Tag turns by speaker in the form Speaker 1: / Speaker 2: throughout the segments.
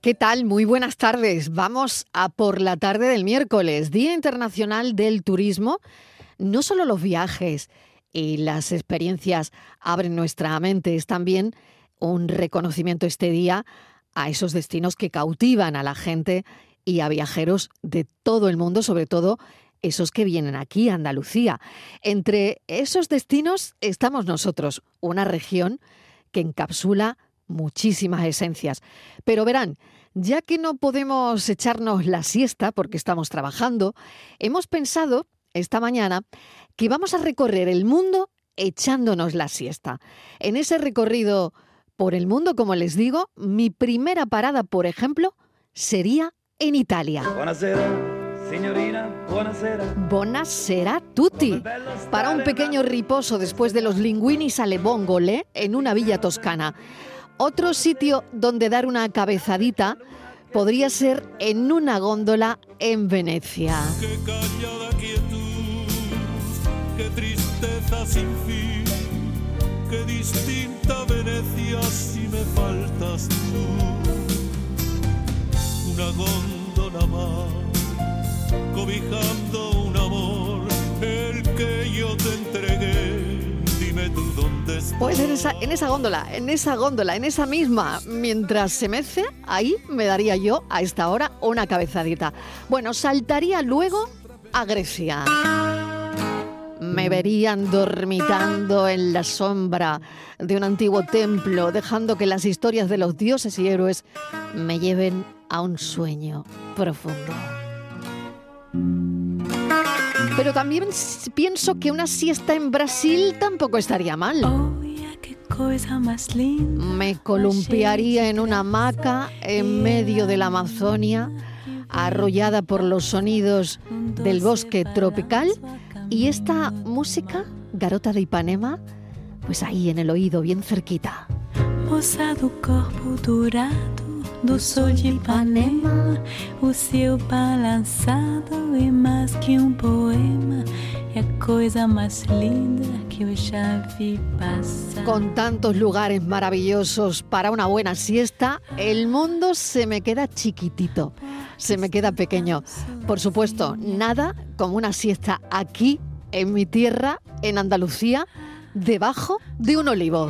Speaker 1: ¿Qué tal? Muy buenas tardes. Vamos a por la tarde del miércoles, Día Internacional del Turismo. No solo los viajes y las experiencias abren nuestra mente, es también un reconocimiento este día a esos destinos que cautivan a la gente y a viajeros de todo el mundo, sobre todo esos que vienen aquí a Andalucía. Entre esos destinos estamos nosotros, una región que encapsula muchísimas esencias. Pero verán, ya que no podemos echarnos la siesta porque estamos trabajando, hemos pensado esta mañana que vamos a recorrer el mundo echándonos la siesta. En ese recorrido por el mundo, como les digo, mi primera parada, por ejemplo, sería en Italia.
Speaker 2: Signorina,
Speaker 1: Buonasera tutti. Para un pequeño riposo después de los linguinis alle vongole en una villa toscana. Otro sitio donde dar una cabezadita podría ser en una góndola en Venecia.
Speaker 3: Qué callada quietud, qué tristeza sin fin, qué distinta Venecia si me faltas tú. Una góndola más cobijando un amor, el que yo te entregué. Dime tú dónde estás.
Speaker 1: Pues en esa, en esa góndola, en esa góndola, en esa misma, mientras se mece, ahí me daría yo a esta hora una cabezadita. Bueno, saltaría luego a Grecia. Me verían dormitando en la sombra de un antiguo templo, dejando que las historias de los dioses y héroes me lleven a un sueño profundo. Pero también s- pienso que una siesta en Brasil tampoco estaría mal.
Speaker 4: Cosa más linda.
Speaker 1: Me columpiaría en una hamaca en medio de la Amazonia, arrollada por los sonidos del bosque tropical y esta música, Garota de Ipanema, pues ahí en el oído, bien cerquita.
Speaker 5: Pues
Speaker 4: Moça do corpo dourado do sol de Ipanema. O seu balançado é mais que um poema. É a coisa mais linda que eu já vi passar.
Speaker 1: Con tantos lugares maravillosos para una buena siesta, el mundo se me queda chiquitito, se me queda pequeño. Por supuesto, nada como una siesta aquí, en mi tierra, en Andalucía, debajo de un olivo.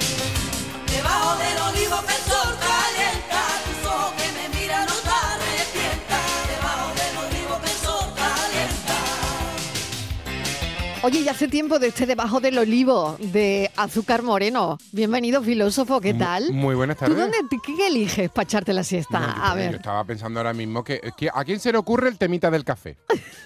Speaker 5: Debajo del olivo que el sol calienta, tus ojos que me miran no te arrepientas. Debajo del olivo que el sol calienta.
Speaker 1: Oye, ya hace tiempo de este debajo del olivo de Azúcar Moreno. Bienvenido, filósofo, ¿qué tal?
Speaker 6: Muy buenas
Speaker 1: ¿Tú
Speaker 6: tardes.
Speaker 1: dónde te- qué eliges para echarte la siesta? A
Speaker 6: Yo
Speaker 1: ver.
Speaker 6: estaba pensando ahora mismo que que- a quién se le ocurre el temita del café.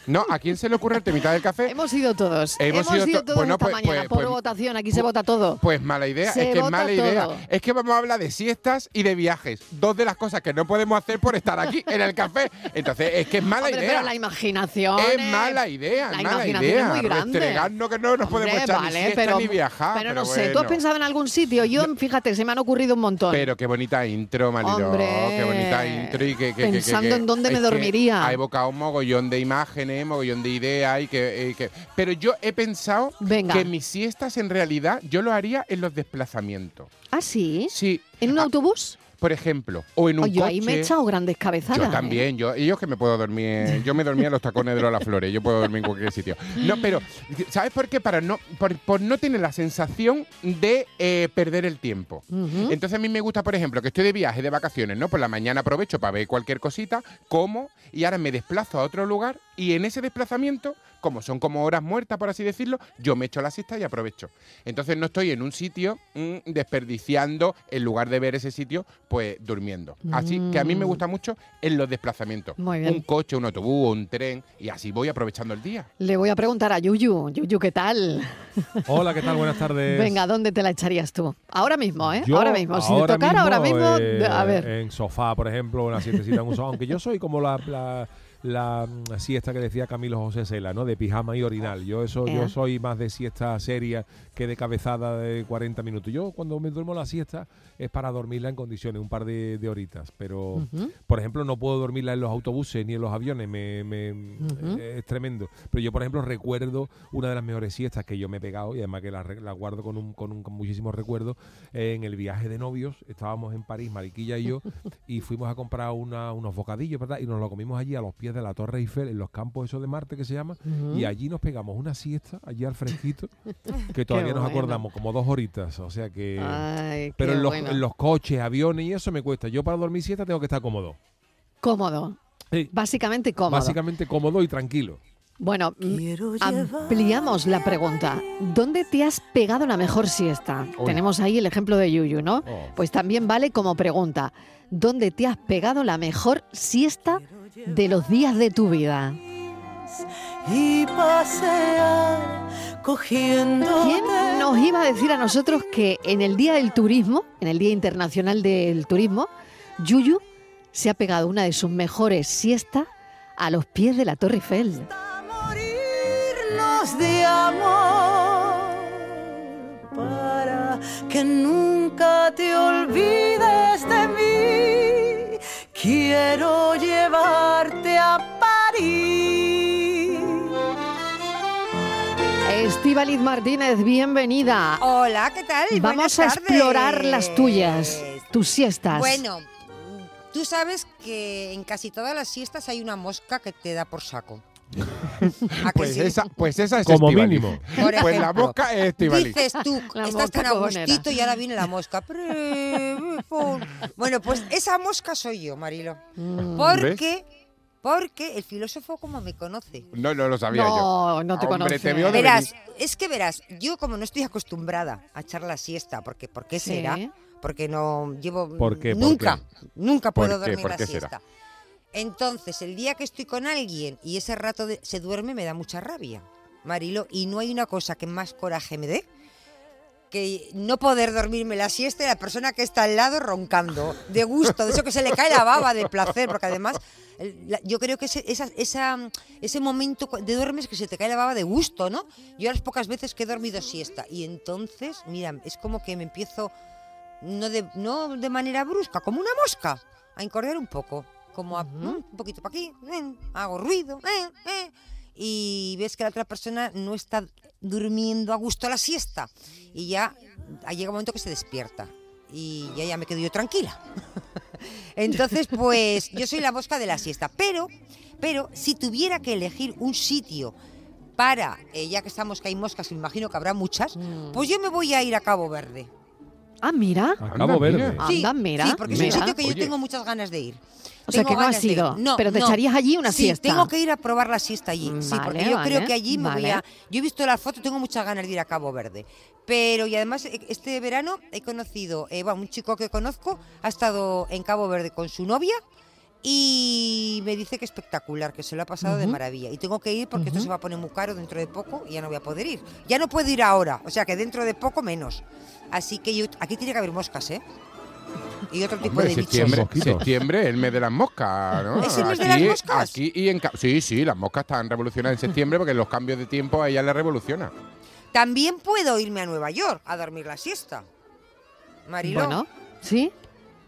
Speaker 6: No, a quién se le ocurre el temita del café.
Speaker 1: Hemos ido todos.
Speaker 6: Hemos ido to-
Speaker 1: todos
Speaker 6: bueno,
Speaker 1: esta
Speaker 6: pues-
Speaker 1: mañana
Speaker 6: pues-
Speaker 1: por
Speaker 6: pues-
Speaker 1: votación. Aquí se vota todo.
Speaker 6: Pues mala idea,
Speaker 1: Se
Speaker 6: es que es
Speaker 1: vota
Speaker 6: mala idea.
Speaker 1: todo.
Speaker 6: Es que vamos a hablar de siestas y de viajes, dos de las cosas que no podemos hacer por estar aquí en el café. Entonces, es que es mala
Speaker 1: Hombre,
Speaker 6: idea.
Speaker 1: Pero la imaginación.
Speaker 6: es
Speaker 1: eh,
Speaker 6: mala idea,
Speaker 1: La
Speaker 6: es mala
Speaker 1: imaginación
Speaker 6: idea.
Speaker 1: es muy grande.
Speaker 6: Restregarnos que no nos podemos
Speaker 1: Hombre,
Speaker 6: echar
Speaker 1: vale,
Speaker 6: ni siesta
Speaker 1: pero,
Speaker 6: ni viajar.
Speaker 1: Pero,
Speaker 6: Pero,
Speaker 1: no sé, tú has
Speaker 6: bueno.
Speaker 1: pensado en algún sitio. Yo, fíjate, se me han ocurrido un montón.
Speaker 6: Pero qué bonita intro, Mariló.
Speaker 1: Hombre,
Speaker 6: Qué bonita intro. Y que, que- que- que-
Speaker 1: pensando
Speaker 6: que-
Speaker 1: en dónde me
Speaker 6: es que
Speaker 1: dormiría.
Speaker 6: Ha evocado un mogollón de imágenes, mogollón de ideas. Y que, y que- pero yo he pensado
Speaker 1: Venga.
Speaker 6: que mis siestas en realidad yo lo haría en los desplazamientos.
Speaker 1: ¿Ah, sí?
Speaker 6: Sí, Ah.
Speaker 1: ¿En un autobús?
Speaker 6: por ejemplo, o en un
Speaker 1: Oye, yo ahí
Speaker 6: coche.
Speaker 1: me he echado grandes cabezadas.
Speaker 6: Yo
Speaker 1: ¿eh?
Speaker 6: también, yo, y yo es que me puedo dormir, eh, yo me dormía en los tacones de Lola Flores, yo puedo dormir en cualquier sitio. No, pero, ¿sabes por qué? Para no, por, por no tener la sensación de eh, perder el tiempo.
Speaker 1: Ujú.
Speaker 6: Entonces a mí me gusta, por ejemplo, que estoy de viaje, de vacaciones, ¿no? Por la mañana aprovecho para ver cualquier cosita, como, y ahora me desplazo a otro lugar, y en ese desplazamiento, como son como horas muertas, por así decirlo, yo me echo la siesta y aprovecho. Entonces no estoy en un sitio mm, desperdiciando, en lugar de ver ese sitio, pues durmiendo. Así que a mí me
Speaker 1: Mm.
Speaker 6: gusta mucho en los desplazamientos.
Speaker 1: Muy bien.
Speaker 6: Un coche, un autobús, un tren, y así voy aprovechando el día.
Speaker 1: ¿eh? Le voy a preguntar a Yuyu. Yuyu, ¿qué tal?
Speaker 7: Hola, ¿qué tal? Buenas tardes.
Speaker 1: Venga, ¿dónde te la echarías tú? Ahora mismo, ¿eh?
Speaker 7: Yo
Speaker 1: ahora mismo. Si
Speaker 7: ahora
Speaker 1: tocar ahora mismo,
Speaker 7: eh,
Speaker 1: a ver.
Speaker 7: En sofá, por ejemplo, una siestecita en un sofá. Aunque yo soy como la, la- la mm, siesta que decía Camilo José Cela, ¿no? De pijama y orinal. Yo eso,
Speaker 1: Eh.
Speaker 7: yo soy más de siesta seria que de cabezada de 40 minutos. Yo cuando me duermo la siesta es para dormirla en condiciones, un par de, de horitas. Pero,
Speaker 1: Ujú.
Speaker 7: por ejemplo, no puedo dormirla en los autobuses ni en los aviones. Me, me-
Speaker 1: Ujú.
Speaker 7: eh, Es tremendo. Pero yo, por ejemplo, recuerdo una de las mejores siestas que yo me he pegado y además que la, re- la guardo con, un, con, un, con muchísimo recuerdo. eh, en el viaje de novios estábamos en París, Mariquilla y yo, y fuimos a comprar una- unos bocadillos, ¿verdad? Y nos lo comimos allí a los pies de la Torre Eiffel, en los campos esos de Marte que se llama.
Speaker 1: Ujú.
Speaker 7: Y allí nos pegamos una siesta, allí al fresquito, que todavía nos
Speaker 1: bueno.
Speaker 7: acordamos, como dos horitas. O sea que...
Speaker 1: Ay,
Speaker 7: Pero
Speaker 1: qué
Speaker 7: en los,
Speaker 1: bueno.
Speaker 7: en los coches, aviones y eso me cuesta. Yo para dormir siesta tengo que estar cómodo.
Speaker 1: Cómodo.
Speaker 7: Sí.
Speaker 1: Básicamente cómodo.
Speaker 7: Básicamente cómodo y tranquilo.
Speaker 1: Bueno, mm, ampliamos la pregunta. ¿Dónde te has pegado la mejor siesta?
Speaker 7: Uy.
Speaker 1: Tenemos ahí el ejemplo de Yuyu, ¿no?
Speaker 7: Oh.
Speaker 1: Pues también vale como pregunta. ¿Dónde te has pegado la mejor siesta de los días de tu vida?
Speaker 5: Y pasear cogiendo.
Speaker 1: ¿Quién nos iba a decir a nosotros que en el Día del Turismo, en el Día Internacional del Turismo, Yuyu se ha pegado una de sus mejores siestas a los pies de la Torre Eiffel?
Speaker 5: A morirnos de amor para que nunca te olvides de mí. Quiero llevarte a París.
Speaker 1: Estivaliz Martínez, bienvenida.
Speaker 8: Hola, ¿qué tal?
Speaker 1: Vamos
Speaker 8: Buenas
Speaker 1: a
Speaker 8: tardes.
Speaker 1: explorar las tuyas, tus siestas.
Speaker 8: Bueno, tú sabes que en casi todas las siestas hay una mosca que te da por saco. ¿A que
Speaker 6: Pues
Speaker 8: sí?
Speaker 6: esa, pues esa es
Speaker 7: Como
Speaker 6: Estivali.
Speaker 7: mínimo.
Speaker 8: Por
Speaker 6: Pues la
Speaker 8: ejemplo,
Speaker 6: mosca es Estivali.
Speaker 8: Dices tú,
Speaker 1: La
Speaker 8: estás tan
Speaker 1: mosca
Speaker 8: a
Speaker 1: cojonera.
Speaker 8: gustito y ahora viene la mosca. Bueno, pues esa mosca soy yo, Marilo.
Speaker 1: Mm.
Speaker 8: Porque, porque el filósofo como me conoce.
Speaker 6: No, no lo sabía yo.
Speaker 1: no, no te
Speaker 6: Hombre,
Speaker 1: conoces.
Speaker 6: te veo de
Speaker 8: Verás, es que verás, yo como no estoy acostumbrada a echar la siesta, porque ¿por qué será? porque no llevo
Speaker 7: ¿Por qué? ¿Por
Speaker 8: nunca, nunca
Speaker 6: ¿Por
Speaker 8: puedo
Speaker 6: qué?
Speaker 8: dormir
Speaker 6: ¿Por
Speaker 8: la
Speaker 6: qué será?
Speaker 8: siesta. Entonces, el día que estoy con alguien y ese rato de- se duerme me da mucha rabia, Marilo, y no hay una cosa que más coraje me dé que no poder dormirme la siesta y la persona que está al lado roncando, de gusto, de eso que se le cae la baba de placer, porque además el- la- yo creo que ese, esa- esa- ese momento cu- de duermes que se te cae la baba de gusto, ¿no? Yo las pocas veces que he dormido siesta y entonces, mira, es como que me empiezo no de, no de manera brusca, como una mosca, a encordar un poco. Como a- mm, un poquito para aquí, mm, hago ruido, eh, eh, y ves que la otra persona no está durmiendo a gusto la siesta. Y ya ah, llega un momento que se despierta. Y ya, ya me quedo yo tranquila. Entonces, pues yo soy la mosca de la siesta. Pero, pero si tuviera que elegir un sitio para, eh, ya que estamos que hay moscas, me imagino que habrá muchas, pues yo me voy a ir a Cabo Verde.
Speaker 1: Ah, mira.
Speaker 7: A
Speaker 6: Anda,
Speaker 7: Cabo Verde.
Speaker 6: mira.
Speaker 1: Anda, mira,
Speaker 8: sí, porque es
Speaker 1: mira.
Speaker 8: un sitio que yo
Speaker 6: Oye.
Speaker 8: tengo muchas ganas de ir.
Speaker 1: O sea,
Speaker 8: Tengo
Speaker 1: que no has
Speaker 8: ganas de ir.
Speaker 1: ido,
Speaker 8: No,
Speaker 1: pero te
Speaker 8: no.
Speaker 1: echarías allí una
Speaker 8: sí,
Speaker 1: siesta.
Speaker 8: tengo que ir a probar la siesta allí. sí,
Speaker 1: Vale,
Speaker 8: porque yo
Speaker 1: vale,
Speaker 8: creo que allí me voy
Speaker 1: vale.
Speaker 8: a... Yo he visto la foto, tengo muchas ganas de ir a Cabo Verde. Pero, y además, e- este verano he conocido, eh, bueno, un chico que conozco ha estado en Cabo Verde con su novia y me dice que espectacular, que se lo ha pasado de
Speaker 1: Ujú.
Speaker 8: maravilla. Y tengo que ir porque esto se va a poner muy caro dentro de poco y ya no voy a poder ir. Ya no puedo ir ahora, o sea que dentro de poco menos. Así que yo, aquí tiene que haber moscas, ¿eh? Y otro tipo
Speaker 1: pues
Speaker 6: Hombre,
Speaker 8: de bichos.
Speaker 6: septiembre,
Speaker 7: Mosquitos.
Speaker 6: septiembre es el mes de las moscas, ¿no?
Speaker 8: ¿Es el mes de las moscas?
Speaker 6: Aquí y en... ca- Sí, sí, las moscas están revolucionadas en septiembre porque los cambios de tiempo a ellas les revoluciona.
Speaker 8: También puedo irme a Nueva York a dormir la siesta. Marilo.
Speaker 1: Bueno, sí.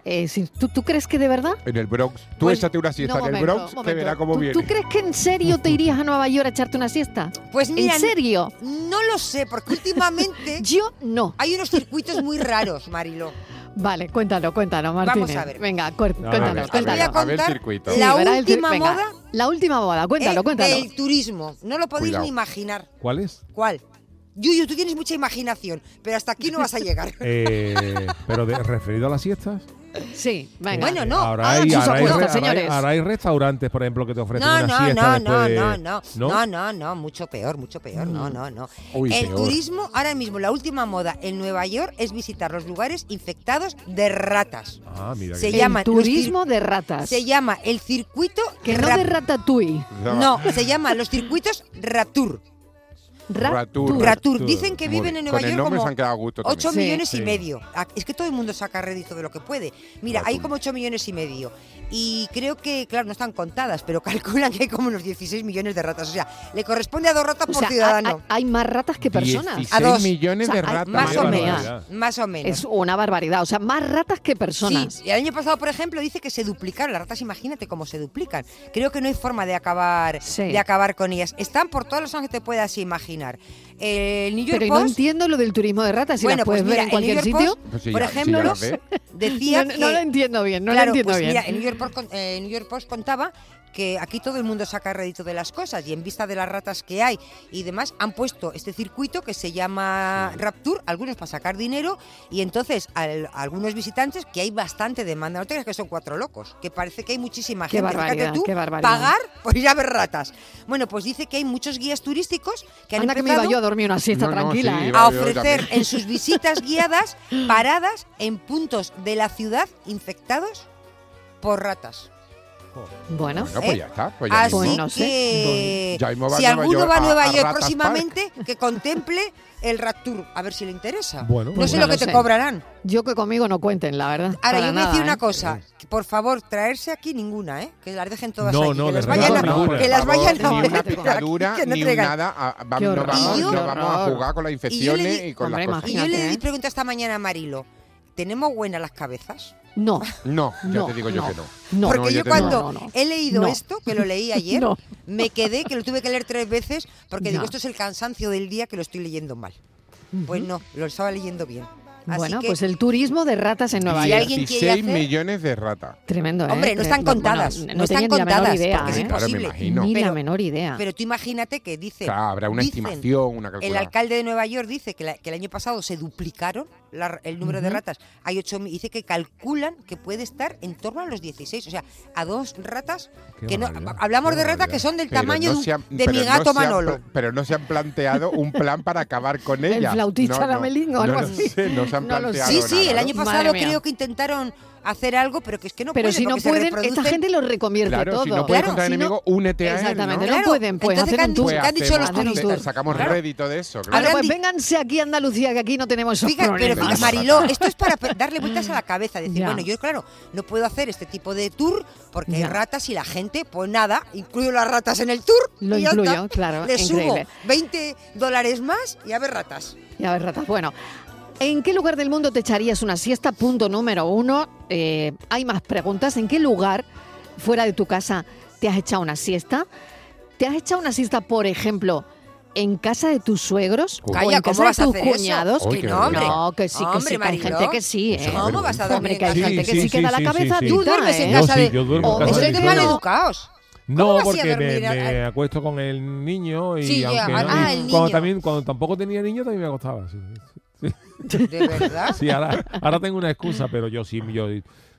Speaker 1: Eh, sí, ¿tú, tú crees que de verdad?
Speaker 6: En el Bronx. Tú
Speaker 1: Pues,
Speaker 6: échate una siesta
Speaker 1: No,
Speaker 6: en el
Speaker 1: momento,
Speaker 6: Bronx, te
Speaker 1: momento.
Speaker 6: verá cómo
Speaker 1: ¿Tú-
Speaker 6: viene.
Speaker 1: ¿Tú crees que en serio te irías a Nueva York a echarte una siesta?
Speaker 8: pues mira,
Speaker 1: ¿En serio?
Speaker 8: no lo sé, porque últimamente
Speaker 1: Yo no.
Speaker 8: hay unos circuitos muy raros, Marilo.
Speaker 1: Vale, cuéntalo, cuéntalo,
Speaker 8: Vamos
Speaker 1: Martínez.
Speaker 8: a ver.
Speaker 1: Venga, cuér-
Speaker 7: No, no,
Speaker 1: cuéntalo,
Speaker 6: A ver, a
Speaker 1: cuéntalo.
Speaker 6: ver, a ver
Speaker 8: Voy a
Speaker 6: circuito.
Speaker 8: contar la
Speaker 1: Sí, verá el
Speaker 8: última
Speaker 1: venga,
Speaker 8: moda,
Speaker 1: La última boda, cuéntalo,
Speaker 8: Eh,
Speaker 1: cuéntalo.
Speaker 8: Del turismo. No lo podéis
Speaker 6: Cuidado.
Speaker 8: ni imaginar.
Speaker 7: ¿Cuál es?
Speaker 8: ¿Cuál? Yuyu, tú tienes mucha imaginación, pero hasta aquí no vas a llegar.
Speaker 7: Eh, pero de, referido a las siestas.
Speaker 1: Sí, venga.
Speaker 8: Ah, Bueno, no,
Speaker 7: Ahora
Speaker 8: hagan
Speaker 7: hay,
Speaker 8: sus
Speaker 7: ahora hay re-
Speaker 8: apuestas,
Speaker 7: ahora hay-
Speaker 1: señores.
Speaker 7: ahora hay restaurantes, por ejemplo, que te ofrecen
Speaker 8: No,
Speaker 7: una
Speaker 8: no,
Speaker 7: siesta
Speaker 8: no,
Speaker 7: después
Speaker 8: no,
Speaker 7: de-
Speaker 8: no, no,
Speaker 7: ¿No?
Speaker 8: no, no, no, mucho peor, mucho peor, no, no, no.
Speaker 6: Uy,
Speaker 8: el
Speaker 6: peor.
Speaker 8: turismo, ahora mismo, la última moda en Nueva York es visitar los lugares infectados de ratas.
Speaker 7: Ah, mira.
Speaker 8: Se
Speaker 7: que-
Speaker 1: El
Speaker 8: llaman los
Speaker 1: turismo de ratas.
Speaker 8: Se llama el circuito
Speaker 1: que no
Speaker 8: rap-
Speaker 1: de ratatouille.
Speaker 8: No, se llama los circuitos Rapture.
Speaker 6: Ratur.
Speaker 8: Ratur. Dicen que
Speaker 6: Muy
Speaker 8: viven
Speaker 6: bien.
Speaker 8: en Nueva
Speaker 6: Con el
Speaker 8: York
Speaker 6: nombre se
Speaker 8: como
Speaker 6: han quedado a gusto también.
Speaker 8: 8
Speaker 1: Sí.
Speaker 8: millones y
Speaker 7: Sí.
Speaker 8: medio. Ah, Es que todo el mundo saca rédito de lo que puede. Mira, hay
Speaker 6: Ratur.
Speaker 8: como 8 millones y medio. Y creo que, claro, no están contadas, pero calculan que hay como unos 16 millones de ratas. O sea, le corresponde a dos ratas
Speaker 1: O
Speaker 8: por
Speaker 1: sea,
Speaker 8: ciudadano.
Speaker 1: hay- hay más ratas que personas.
Speaker 6: 16
Speaker 8: A dos.
Speaker 6: millones
Speaker 1: O sea,
Speaker 6: de
Speaker 1: hay
Speaker 6: ratas.
Speaker 8: más,
Speaker 7: Qué
Speaker 8: o
Speaker 7: barbaridad.
Speaker 8: menos, más o menos.
Speaker 1: Es una barbaridad. O sea, más ratas que personas.
Speaker 8: Sí, el año pasado, por ejemplo, dice que se duplicaron las ratas. Imagínate cómo se duplican. Creo que no hay forma de acabar,
Speaker 1: Sí.
Speaker 8: de acabar con ellas. Están por todos los zonas que te puedas imaginar. El New York
Speaker 1: Pero y no
Speaker 8: Post.
Speaker 1: entiendo lo del turismo de ratas. Si
Speaker 8: bueno,
Speaker 1: las puedes
Speaker 8: pues mira,
Speaker 1: ver en
Speaker 8: el New
Speaker 1: cualquier
Speaker 8: York
Speaker 1: sitio.
Speaker 8: Post,
Speaker 6: Pues sí,
Speaker 8: por
Speaker 6: ya- sí, ya
Speaker 8: ejemplo,
Speaker 6: las ve.
Speaker 8: decía
Speaker 1: no,
Speaker 8: que
Speaker 1: no lo entiendo bien, no
Speaker 8: claro,
Speaker 1: lo entiendo
Speaker 8: pues
Speaker 1: bien.
Speaker 8: Mira, el New, York Post, con- eh, el New York Post contaba que aquí todo el mundo saca rédito de las cosas y en vista de las ratas que hay y demás, han puesto este circuito que se llama Rapture, algunos para sacar dinero y entonces al- a algunos visitantes que hay bastante demanda, no te creas que son cuatro locos, que parece que hay muchísima
Speaker 1: Qué
Speaker 8: gente, fíjate
Speaker 1: barbaridad,
Speaker 8: tú,
Speaker 1: qué barbaridad.
Speaker 8: pagar por ir a ver ratas. Bueno, pues dice que hay muchos guías turísticos que han
Speaker 1: Anda que me
Speaker 8: empezado
Speaker 1: iba yo a dormir una siesta
Speaker 6: No, no,
Speaker 1: tranquila.
Speaker 6: sí,
Speaker 1: ¿eh?
Speaker 6: iba-
Speaker 8: a
Speaker 6: yo
Speaker 8: ofrecer
Speaker 6: también.
Speaker 8: en sus visitas guiadas paradas en puntos de la ciudad infectados por ratas.
Speaker 1: Bueno,
Speaker 6: Bueno, pues
Speaker 8: ¿eh?
Speaker 6: ya está. Pues ya
Speaker 8: Así
Speaker 6: mismo.
Speaker 1: Pues no sé.
Speaker 8: que
Speaker 6: Ya mismo va
Speaker 8: si
Speaker 6: a Nueva
Speaker 8: alguno
Speaker 6: York
Speaker 8: va a
Speaker 6: a-
Speaker 8: Nueva
Speaker 6: a
Speaker 8: York
Speaker 6: Ratas
Speaker 8: próximamente, que contemple el Rapture, a ver si le interesa.
Speaker 7: Bueno,
Speaker 6: pues
Speaker 8: no sé
Speaker 1: bueno.
Speaker 8: lo que
Speaker 1: No
Speaker 8: te
Speaker 1: lo sé.
Speaker 8: cobrarán.
Speaker 1: yo que conmigo no cuenten, la verdad.
Speaker 8: Ahora,
Speaker 1: para
Speaker 8: yo voy a decir
Speaker 1: nada,
Speaker 8: una
Speaker 1: ¿eh?
Speaker 8: cosa. que por favor, traerse aquí ninguna, ¿eh? Que las dejen todas
Speaker 7: No,
Speaker 8: allí,
Speaker 7: no,
Speaker 8: que,
Speaker 7: de
Speaker 8: las vayan a,
Speaker 7: regalo ninguna.
Speaker 8: que las
Speaker 6: Por favor,
Speaker 8: vayan a
Speaker 6: Ni
Speaker 8: ver
Speaker 6: una
Speaker 8: por aquí,
Speaker 6: picadura,
Speaker 8: que no
Speaker 6: ni un
Speaker 8: traigan.
Speaker 6: nada. a- va-
Speaker 1: Qué
Speaker 6: no
Speaker 1: horror.
Speaker 6: vamos,
Speaker 8: Y yo-
Speaker 6: no vamos a jugar con las infecciones y,
Speaker 8: di-
Speaker 6: con
Speaker 1: Hombre,
Speaker 6: las cosas.
Speaker 8: Y yo
Speaker 1: Fíjate,
Speaker 8: le
Speaker 1: ¿eh?
Speaker 8: pregunto esta mañana a Marilo, ¿tenemos buenas las cabezas?
Speaker 1: No,
Speaker 6: No, ya
Speaker 1: No,
Speaker 6: te digo yo
Speaker 1: no.
Speaker 6: que no.
Speaker 1: no.
Speaker 8: Porque
Speaker 6: yo
Speaker 8: yo
Speaker 6: te-
Speaker 8: cuando
Speaker 1: No, no, no.
Speaker 8: he leído
Speaker 1: No.
Speaker 8: esto, que lo leí ayer,
Speaker 1: No.
Speaker 8: me quedé, que lo tuve que leer tres veces, porque
Speaker 1: No.
Speaker 8: digo, esto es el cansancio del día que lo estoy leyendo mal. Pues no, lo estaba leyendo bien. Así
Speaker 1: bueno,
Speaker 8: que,
Speaker 1: pues el turismo de ratas en Nueva
Speaker 8: Si
Speaker 1: York.
Speaker 8: alguien quiere
Speaker 6: 16
Speaker 8: hacer-
Speaker 6: millones de ratas.
Speaker 1: Tremendo, ¿eh?
Speaker 8: hombre, no están
Speaker 1: Bueno,
Speaker 8: contadas.
Speaker 1: no
Speaker 8: no están
Speaker 1: tenía ni la menor
Speaker 8: contadas,
Speaker 1: idea,
Speaker 8: porque es
Speaker 1: ¿eh?
Speaker 6: Claro, me
Speaker 8: imposible.
Speaker 6: imagino.
Speaker 1: Ni la
Speaker 8: Pero-
Speaker 1: menor idea.
Speaker 8: Pero tú imagínate que dice...
Speaker 6: Claro, habrá una
Speaker 8: dicen,
Speaker 6: estimación, una
Speaker 8: El
Speaker 6: calculación.
Speaker 8: alcalde de Nueva York dice que, la- que el año pasado se duplicaron la- el número de ratas. Hay ocho, mil- dice que calculan que puede estar en torno a los 16, o sea, a dos ratas.
Speaker 7: Qué
Speaker 8: que no,
Speaker 7: barbaridad,
Speaker 8: hablamos
Speaker 7: qué
Speaker 8: de ratas que
Speaker 7: barbaridad.
Speaker 8: son del tamaño de un-
Speaker 6: se han-
Speaker 8: de
Speaker 6: pero
Speaker 8: mi
Speaker 6: no
Speaker 8: gato
Speaker 6: se han
Speaker 8: Manolo.
Speaker 6: pla- pero no se han planteado un plan para acabar con
Speaker 1: El
Speaker 6: ella.
Speaker 1: flautista
Speaker 6: no, no,
Speaker 1: Ramelingo,
Speaker 6: no,
Speaker 1: algo
Speaker 6: no
Speaker 1: así.
Speaker 6: sé, no se han
Speaker 1: No lo sé.
Speaker 6: planteado
Speaker 8: Sí, sí,
Speaker 6: nada,
Speaker 8: el
Speaker 6: ¿no?
Speaker 8: año
Speaker 1: Madre
Speaker 8: pasado
Speaker 1: mía.
Speaker 8: creo que intentaron hacer algo, pero que es que no
Speaker 1: Pero
Speaker 8: pueden.
Speaker 1: si no
Speaker 8: porque se
Speaker 1: pueden, esta
Speaker 8: reproducen.
Speaker 1: gente lo reconvierte
Speaker 6: Claro,
Speaker 1: todo.
Speaker 6: si no puedes
Speaker 8: Claro,
Speaker 6: contra el
Speaker 1: Si no-
Speaker 6: enemigo, únete a él,
Speaker 1: Exactamente,
Speaker 6: ¿no?
Speaker 1: no pueden, pues,
Speaker 8: entonces,
Speaker 1: hacen
Speaker 8: ¿qué han
Speaker 1: un
Speaker 8: dicho-
Speaker 1: tour.
Speaker 8: qué
Speaker 6: Pues
Speaker 8: han dicho los
Speaker 6: hacemos-
Speaker 1: turistas?
Speaker 6: hace- Sacamos
Speaker 8: Claro.
Speaker 6: rédito de eso, claro.
Speaker 1: Ahora,
Speaker 8: Habrán
Speaker 1: pues
Speaker 8: di-
Speaker 1: vénganse aquí a Andalucía, que aquí no tenemos esos
Speaker 8: Fíjate, pero
Speaker 1: problemas.
Speaker 8: fíjate, Mariló, esto es para pe- darle vueltas a la cabeza, decir,
Speaker 1: Ya.
Speaker 8: bueno, yo claro, no puedo hacer este tipo de tour porque hay
Speaker 1: Ya.
Speaker 8: ratas y la gente, pues nada, incluyo las ratas en el tour.
Speaker 1: Lo
Speaker 8: y ya
Speaker 1: incluyo,
Speaker 8: está.
Speaker 1: claro,
Speaker 8: Le subo
Speaker 1: increíble.
Speaker 8: 20 dólares más y a ver ratas.
Speaker 1: Ya ves, ratas. Bueno, ¿en qué lugar del mundo te echarías una siesta? Punto número uno. Eh, hay más preguntas. ¿En qué lugar fuera de tu casa te has echado una siesta? ¿Te has echado una siesta, por ejemplo, en casa de tus suegros
Speaker 6: Uy.
Speaker 1: o
Speaker 8: Calla,
Speaker 1: en
Speaker 8: ¿cómo
Speaker 1: casa
Speaker 8: vas
Speaker 1: de
Speaker 8: a
Speaker 1: tus
Speaker 8: hacer eso?
Speaker 1: cuñados?
Speaker 6: Uy,
Speaker 8: Que
Speaker 6: qué
Speaker 8: no, hombre.
Speaker 1: No, que sí, que
Speaker 8: Hombre,
Speaker 1: sí, que hay
Speaker 8: Mariló.
Speaker 1: gente que sí, ¿eh?
Speaker 6: Eso
Speaker 8: ¿Cómo vas a dormir
Speaker 1: Hombre,
Speaker 8: en
Speaker 1: que hay
Speaker 8: casa?
Speaker 1: gente que sí, que da la cabeza
Speaker 8: Tú duermes en
Speaker 1: ¿eh?
Speaker 7: Yo
Speaker 8: casa
Speaker 7: sí,
Speaker 8: de...
Speaker 7: yo duermo en
Speaker 8: Oh,
Speaker 1: casa
Speaker 8: Eso
Speaker 1: de
Speaker 8: es de
Speaker 1: mis suegros.
Speaker 8: maleducados. ¿Cómo
Speaker 7: No,
Speaker 8: vas a ir a
Speaker 7: porque me,
Speaker 8: dormir a-
Speaker 7: me
Speaker 8: a-
Speaker 7: acuesto con el niño y
Speaker 8: Sí, ya,
Speaker 7: aunque no-
Speaker 8: ah,
Speaker 7: y
Speaker 8: el
Speaker 7: cuando
Speaker 8: niño.
Speaker 7: también cuando tampoco tenía niño también me acostaba. Sí,
Speaker 8: ¿De verdad?
Speaker 7: Sí, ahora, ahora tengo una excusa, pero yo sí, yo,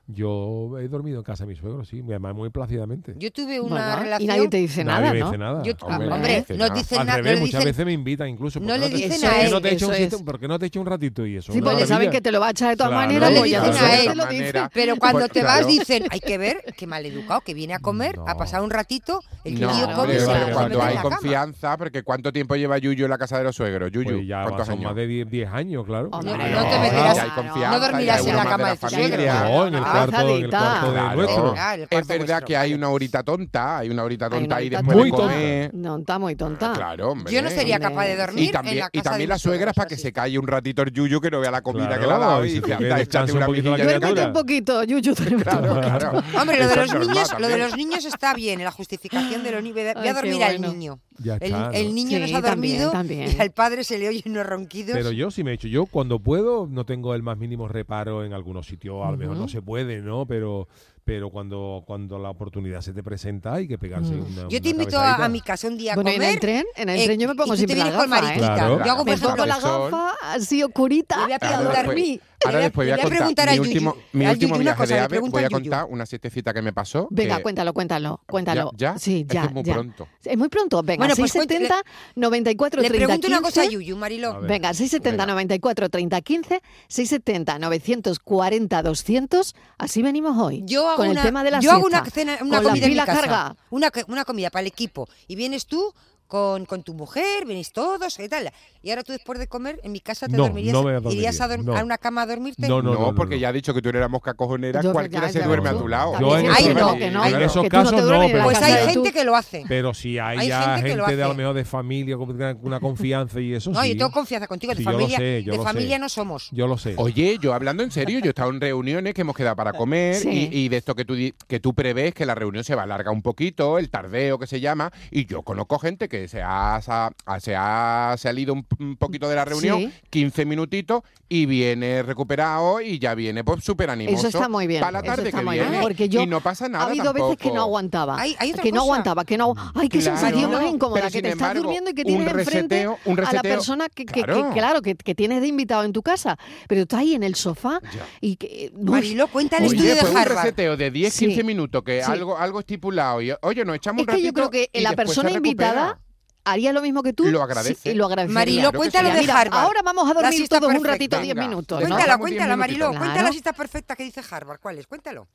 Speaker 7: yo he dormido en casa de mi suegro, sí, mi mamá muy plácidamente.
Speaker 8: Yo tuve una
Speaker 1: Bueno,
Speaker 8: relación...
Speaker 1: y nadie te dice
Speaker 7: Nadie
Speaker 1: nada,
Speaker 7: me
Speaker 1: ¿no?
Speaker 7: dice nada.
Speaker 8: Yo-
Speaker 1: Hombre,
Speaker 8: hombre,
Speaker 6: dice
Speaker 8: no
Speaker 6: nada.
Speaker 8: dicen
Speaker 7: Al
Speaker 8: nada, no
Speaker 7: revés,
Speaker 8: le
Speaker 7: muchas
Speaker 8: dicen
Speaker 7: veces me invitan incluso.
Speaker 8: no
Speaker 7: ¿por qué
Speaker 8: le
Speaker 7: te-
Speaker 8: dicen
Speaker 1: Eso
Speaker 8: a
Speaker 7: ¿por qué
Speaker 1: es.
Speaker 8: él.
Speaker 7: no te he hecho un
Speaker 1: eso
Speaker 7: ratito?
Speaker 1: es.
Speaker 7: ¿Por qué no te he hecho un ratito y eso?
Speaker 1: Sí,
Speaker 7: Una
Speaker 1: porque saben
Speaker 7: maravilla.
Speaker 1: que te lo va a echar de todas
Speaker 7: Claro,
Speaker 1: maneras,
Speaker 8: no
Speaker 1: pues
Speaker 8: le
Speaker 1: ya te
Speaker 8: dicen a
Speaker 1: suelta,
Speaker 8: él.
Speaker 1: te lo dicen.
Speaker 8: Pero cuando
Speaker 6: Pues,
Speaker 8: te
Speaker 6: claro.
Speaker 8: vas dicen, hay que ver, qué maleducado, que viene a comer, a
Speaker 7: No.
Speaker 8: pasar un ratito, el
Speaker 6: No,
Speaker 8: tío
Speaker 1: Claro.
Speaker 8: come
Speaker 6: hombre,
Speaker 8: y se
Speaker 7: pero
Speaker 8: se
Speaker 6: cuando
Speaker 8: mete en
Speaker 6: hay
Speaker 8: la cama.
Speaker 6: confianza, porque ¿cuánto tiempo lleva Yuyu en la casa de los suegros? Yuyu,
Speaker 7: Pues ya
Speaker 6: ¿cuántos
Speaker 7: son
Speaker 6: años?
Speaker 7: más de 10 10 años, claro.
Speaker 1: Hombre,
Speaker 8: No,
Speaker 7: Claro.
Speaker 8: no te
Speaker 6: Ya
Speaker 8: meterás-
Speaker 6: hay confianza,
Speaker 8: no dormirás
Speaker 6: ya hay
Speaker 8: en la
Speaker 6: uno más
Speaker 8: cama
Speaker 6: de
Speaker 8: de tu
Speaker 6: familia.
Speaker 1: suegro.
Speaker 7: No, en el
Speaker 1: Ah,
Speaker 7: cuarto, en el
Speaker 1: Zadita.
Speaker 7: cuarto de
Speaker 6: Claro.
Speaker 7: nuestro.
Speaker 8: Ah, el
Speaker 6: Es
Speaker 8: cuarto
Speaker 6: verdad
Speaker 8: vuestro,
Speaker 6: que hay
Speaker 8: vale.
Speaker 6: una horita tonta, hay una horita
Speaker 1: Hay una
Speaker 6: tonta y
Speaker 1: horita
Speaker 6: después
Speaker 7: tonta.
Speaker 6: de
Speaker 7: Muy
Speaker 6: comer. Ah,
Speaker 1: No, está muy tonta.
Speaker 6: Claro, hombre.
Speaker 8: Yo no sería
Speaker 1: Hombre.
Speaker 8: capaz de dormir
Speaker 6: y también,
Speaker 8: en la casa
Speaker 6: y también
Speaker 8: de
Speaker 6: las
Speaker 8: mis suegros,
Speaker 6: suegras para que
Speaker 8: así.
Speaker 6: se calle un ratito el yuyu que no vea la comida
Speaker 7: Claro,
Speaker 6: que le ha dado
Speaker 7: y
Speaker 6: y
Speaker 7: si
Speaker 6: dice,
Speaker 7: te
Speaker 6: anda,
Speaker 7: quieres,
Speaker 6: échate
Speaker 7: descansa un
Speaker 6: una
Speaker 7: poquito la
Speaker 6: mejilla que
Speaker 7: criatura.
Speaker 1: Duérmete un poquito, Yuyu. duérmete un
Speaker 6: Claro,
Speaker 1: poquito.
Speaker 6: claro.
Speaker 8: Hombre, lo de
Speaker 6: Eso
Speaker 8: los
Speaker 6: es normal
Speaker 8: niños, lo de
Speaker 6: también.
Speaker 8: los niños está bien, la justificación de los niños. Voy
Speaker 1: Ay,
Speaker 8: a
Speaker 1: qué
Speaker 8: dormir al
Speaker 1: bueno.
Speaker 8: niño.
Speaker 7: Ya
Speaker 8: el,
Speaker 7: está,
Speaker 8: el
Speaker 7: ¿no?
Speaker 8: niño nos
Speaker 1: Sí,
Speaker 8: ha
Speaker 1: también,
Speaker 8: dormido
Speaker 1: también.
Speaker 8: y al padre se le oye unos ronquidos.
Speaker 7: Pero yo sí me he hecho, yo cuando puedo no tengo el más mínimo reparo en algunos sitios, a lo mejor no se puede, ¿no? Pero pero cuando cuando la oportunidad se te presenta hay que pegarse
Speaker 1: Mm.
Speaker 7: una-
Speaker 8: Yo te
Speaker 7: una
Speaker 8: invito a,
Speaker 7: cabezadita.
Speaker 8: a mi casa un día a
Speaker 1: Bueno, y
Speaker 8: comer.
Speaker 1: en el tren, en el
Speaker 8: eh,
Speaker 1: tren yo me
Speaker 8: y
Speaker 1: pongo
Speaker 8: tú te
Speaker 1: siempre la
Speaker 8: vienes con
Speaker 1: gafa, ¿eh?
Speaker 8: mariquita.
Speaker 7: Claro.
Speaker 8: Yo hago, por
Speaker 1: Me
Speaker 8: ejemplo,
Speaker 1: pongo la
Speaker 6: de sol.
Speaker 1: gafa así oscurita.
Speaker 8: Le voy a
Speaker 1: para
Speaker 8: preguntar-
Speaker 1: dormir.
Speaker 6: después,
Speaker 8: Le
Speaker 6: ahora
Speaker 8: voy a-
Speaker 6: después voy a
Speaker 8: le voy a
Speaker 6: contar
Speaker 8: preguntar
Speaker 6: mi
Speaker 8: a Yuyu.
Speaker 6: último, mi
Speaker 8: Al
Speaker 6: último
Speaker 8: Yuyu una
Speaker 6: viaje
Speaker 8: cosa,
Speaker 6: de
Speaker 8: le
Speaker 6: ave.
Speaker 8: pregunto
Speaker 6: Voy
Speaker 8: a
Speaker 6: a
Speaker 8: Yuyu.
Speaker 6: contar una siestecita que me pasó.
Speaker 1: Venga,
Speaker 6: que-
Speaker 1: cuéntalo, cuéntalo, cuéntalo.
Speaker 6: ¿Ya? ¿Ya?
Speaker 1: Sí,
Speaker 6: Es que
Speaker 1: ya,
Speaker 6: es muy
Speaker 1: ya.
Speaker 6: pronto.
Speaker 1: Es muy pronto. Venga,
Speaker 8: Bueno, pues
Speaker 1: 670 94
Speaker 8: Le
Speaker 1: 30
Speaker 8: pregunto una cosa a
Speaker 1: 15.
Speaker 8: Yuyu,
Speaker 7: A
Speaker 8: Mariló.
Speaker 7: ver.
Speaker 1: Venga, 670 94 30 15, 670 940 200. Así venimos hoy.
Speaker 8: Yo hago
Speaker 1: con
Speaker 8: una,
Speaker 1: el tema de la
Speaker 8: yo hago
Speaker 1: siesta,
Speaker 8: una cena, una
Speaker 1: con
Speaker 8: comida
Speaker 1: la
Speaker 8: en mi
Speaker 1: pila
Speaker 8: casa.
Speaker 1: carga.
Speaker 8: Una, co- una comida para el equipo. Y vienes tú con, con tu mujer, venís todos y tal. Y ahora tú después de comer, en mi casa te
Speaker 7: No,
Speaker 8: dormirías,
Speaker 7: no me
Speaker 8: irías a,
Speaker 7: dormiría,
Speaker 8: dorm- a
Speaker 7: no.
Speaker 8: una cama a dormirte.
Speaker 7: No, no,
Speaker 6: No,
Speaker 7: no, no,
Speaker 6: porque
Speaker 7: no.
Speaker 6: ya ha dicho que tú eres la mosca cojonera,
Speaker 1: Yo-
Speaker 6: cualquiera
Speaker 1: ya,
Speaker 6: se
Speaker 1: ya,
Speaker 6: duerme
Speaker 1: tú
Speaker 6: a tu lado.
Speaker 1: también,
Speaker 8: Yo en
Speaker 1: sí,
Speaker 8: esos-
Speaker 1: no, que no,
Speaker 7: yo en
Speaker 1: que
Speaker 7: esos
Speaker 1: tú no te
Speaker 7: casos no,
Speaker 1: duermes en
Speaker 7: pero-
Speaker 1: la
Speaker 8: Pues
Speaker 1: casa de
Speaker 8: hay
Speaker 1: tu-
Speaker 8: gente que lo hace.
Speaker 7: Pero si hay,
Speaker 8: Hay
Speaker 7: ya
Speaker 8: gente
Speaker 7: gente,
Speaker 8: que lo
Speaker 7: de a lo
Speaker 8: hace.
Speaker 7: mejor de familia, con una- una confianza y
Speaker 6: pues
Speaker 7: eso
Speaker 8: No,
Speaker 7: sí.
Speaker 8: yo tengo confianza contigo, de
Speaker 7: Sí, yo lo
Speaker 8: familia,
Speaker 7: sé, yo
Speaker 8: de
Speaker 7: lo
Speaker 8: familia
Speaker 7: sé.
Speaker 8: no somos.
Speaker 7: Yo lo sé.
Speaker 6: Oye, yo hablando en serio, yo he estado en reuniones que hemos quedado para comer
Speaker 1: Sí.
Speaker 6: y, y de esto que tú, di- que tú prevés, que la reunión se va a alargar un poquito, el tardeo que se llama, y yo conozco gente que se ha, sa- ha- se ha salido un, un poquito de la reunión,
Speaker 1: Sí.
Speaker 6: 15 minutitos, y viene recuperado y ya viene pues súper animoso.
Speaker 1: Eso está muy bien.
Speaker 6: Para la
Speaker 1: eso
Speaker 6: tarde
Speaker 1: está
Speaker 6: que
Speaker 1: muy
Speaker 6: viene.
Speaker 1: bien, Ah, porque yo
Speaker 6: y no pasa nada
Speaker 1: ha habido veces que
Speaker 6: tampoco.
Speaker 1: no aguantaba.
Speaker 8: Hay- hay otra
Speaker 1: que no
Speaker 8: cosa.
Speaker 1: aguantaba, que no. Ay, qué
Speaker 6: Claro.
Speaker 1: sensación más incómoda,
Speaker 6: Pero
Speaker 1: que
Speaker 6: sin
Speaker 1: te estás
Speaker 6: embargo,
Speaker 1: durmiendo y que
Speaker 6: un
Speaker 1: tienes enfrente
Speaker 6: reseteo- un
Speaker 1: a la
Speaker 6: reseteo-
Speaker 1: persona que, que- que- claro.
Speaker 6: Claro.
Speaker 1: que, que tienes de invitado en tu casa. Pero estás ahí en el sofá
Speaker 6: Ya.
Speaker 1: y que. eh, uy,
Speaker 8: Mariló, cuenta el
Speaker 6: Oye,
Speaker 8: estudio
Speaker 6: pues
Speaker 8: de
Speaker 6: un
Speaker 8: Harvard.
Speaker 6: reseteo de 10,
Speaker 1: Sí.
Speaker 6: 15 minutos, que
Speaker 1: Sí.
Speaker 6: algo, algo estipulado. Y, oye, nos echamos
Speaker 1: es
Speaker 6: un
Speaker 1: que yo
Speaker 6: ratito
Speaker 1: creo que
Speaker 6: y
Speaker 1: la
Speaker 6: después se
Speaker 1: persona invitada
Speaker 6: recupera.
Speaker 1: haría lo mismo que tú.
Speaker 6: Lo
Speaker 1: sí,
Speaker 6: agradece.
Speaker 1: y lo agradecería.
Speaker 8: Mariló,
Speaker 6: Claro que
Speaker 8: cuenta lo
Speaker 6: sí.
Speaker 8: de
Speaker 1: Mira,
Speaker 8: Harvard.
Speaker 1: ahora vamos a
Speaker 8: La
Speaker 1: dormir
Speaker 8: siesta
Speaker 1: todos un
Speaker 8: perfecta.
Speaker 1: ratito, 10
Speaker 6: Venga.
Speaker 1: minutos. ¿no?
Speaker 8: Cuéntala,
Speaker 6: Vamos diez
Speaker 8: cuéntala, Mariló.
Speaker 6: minutitos.
Speaker 8: Cuéntala
Speaker 1: Claro.
Speaker 8: la cita perfecta que dice Harvard. ¿Cuál es? Cuéntalo.